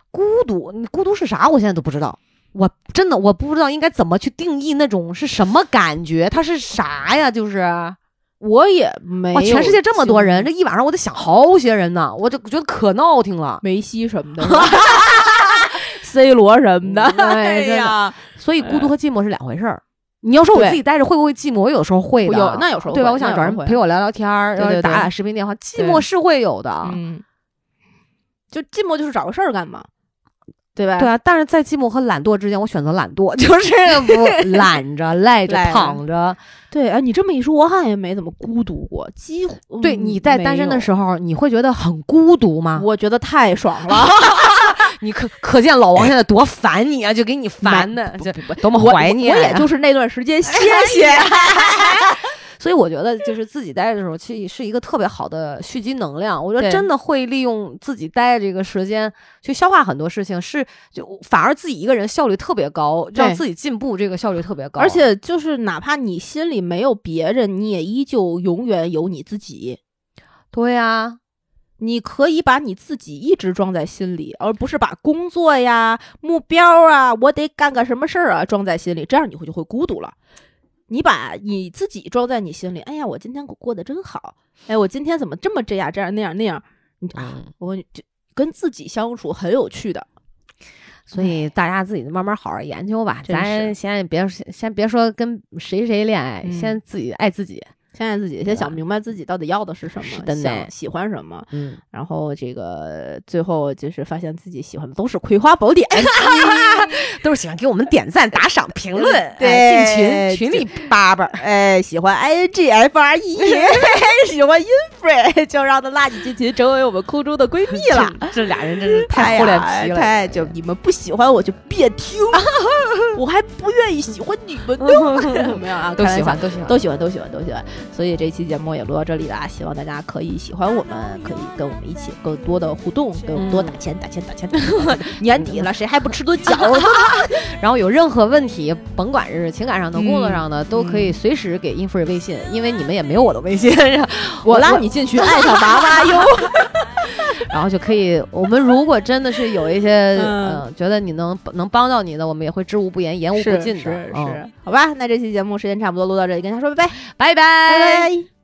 B: 孤独，你孤独是啥？我现在都不知道。我真的我不知道应该怎么去定义那种是什么感觉，它是啥呀？就是哇，
A: 嗯，我也没有经历，
B: 全世界这么多人，这一晚上我得想好些人呢，我就觉得可闹挺了。
A: 梅西什么 的，C 罗什么的，
B: 嗯哎真的
A: 呀，
B: 所以孤独和寂寞是两回事儿。你要说我
A: 哎对
B: 自己待着会不会寂寞？我有时候会
A: 有
B: 的，
A: 那有时候
B: 对吧？
A: 会
B: 我想
A: 那
B: 找
A: 有时
B: 人
A: 候会
B: 陪我聊聊天儿，
A: 对
B: 然后
A: 对
B: 打
A: 对
B: 打视频电话，寂
A: 对
B: 寞是会有的。
A: 嗯，就寂寞就是找个事儿干嘛，对吧？
B: 对啊，但是在寂寞和懒惰之间，我选择懒惰， 就是不懒着、赖着、
A: 赖着
B: 躺着。
A: 对，哎，你这么一说，我好像也没怎么孤独过，几乎
B: 对，你在单身的
A: 候。
B: 时候，你会觉得很孤独吗？
A: 我觉得太爽了，
B: 你可可见老王现在多烦你啊，就给你烦的，就多么
A: 我哎
B: 怀念、
A: 我也就是那段时间歇 歇。
B: 所以我觉得就是自己待着的时候，其实是一个特别好的蓄积能量。我觉得
A: 对
B: 真的会利用自己待着这个时间去消化很多事情，是就反而自己一个人效率特别高，让
A: 对
B: 自己进步这个效率特别高。
A: 而且就是哪怕你心里没有别人，你也依旧永远有你自己。
B: 对呀、
A: 你可以把你自己一直装在心里，而不是把工作呀、目标啊、我得干个什么事儿啊装在心里，这样你会就会孤独了。你把你自己装在你心里，哎呀，我今天过得真好，哎，我今天怎么这么这样这样那样那样？你啊，
B: 嗯，
A: 我跟你就跟自己相处很有趣的。
B: 所以大家自己慢慢好好研究吧。
A: 真是
B: 咱先别先别说跟谁谁恋爱，
A: 嗯
B: 先自己爱自己。
A: 现在自己
B: 对
A: 先
B: 吧
A: 想明白自己到底要的是什么，
B: 是的呢
A: 想喜欢什么，
B: 嗯，
A: 然后这个最后就是发现自己喜欢的都是《葵花宝典》
B: 都是喜欢给我们点赞、打赏、评论，
A: 嗯对
B: 哎进群群里 叭叭。
A: 哎，喜欢 i n g f r e，喜欢 infree，就让他拉你进群，成为我们空中的闺蜜了。
B: 这这俩人真是
A: 哎
B: 太
A: 呀
B: 厚脸皮了，
A: 太就你们不喜欢我就别 听，我还不愿意喜欢你们呢。 没有啊，
B: 都
A: 开玩
B: 喜
A: 笑
B: 欢，都喜欢，
A: 都喜欢，都喜欢，都喜欢。所以这期节目也录到这里啦，希望大家可以喜欢我们，
B: 嗯
A: 可以跟我们一起更多的互动，给我们多打钱，打钱，打钱。打钱 打钱年底了，谁还不吃顿饺子？
B: 然后有任何问题，甭管是情感上的、
A: 嗯
B: 工作上的，都可以随时给 infree 微信，因为你们也没有我的微信，
A: 我拉你进群，爱上娃娃哟。
B: 然后就可以。我们如果真的是有一些
A: 嗯
B: 呃，觉得你能能帮到你的，我们也会知无不言，言无不
A: 是
B: 尽的。
A: 是
B: 嗯
A: 是，好吧，那这期节目时间差不多，录到这里，跟大家说拜拜，
B: 拜拜
A: 拜拜。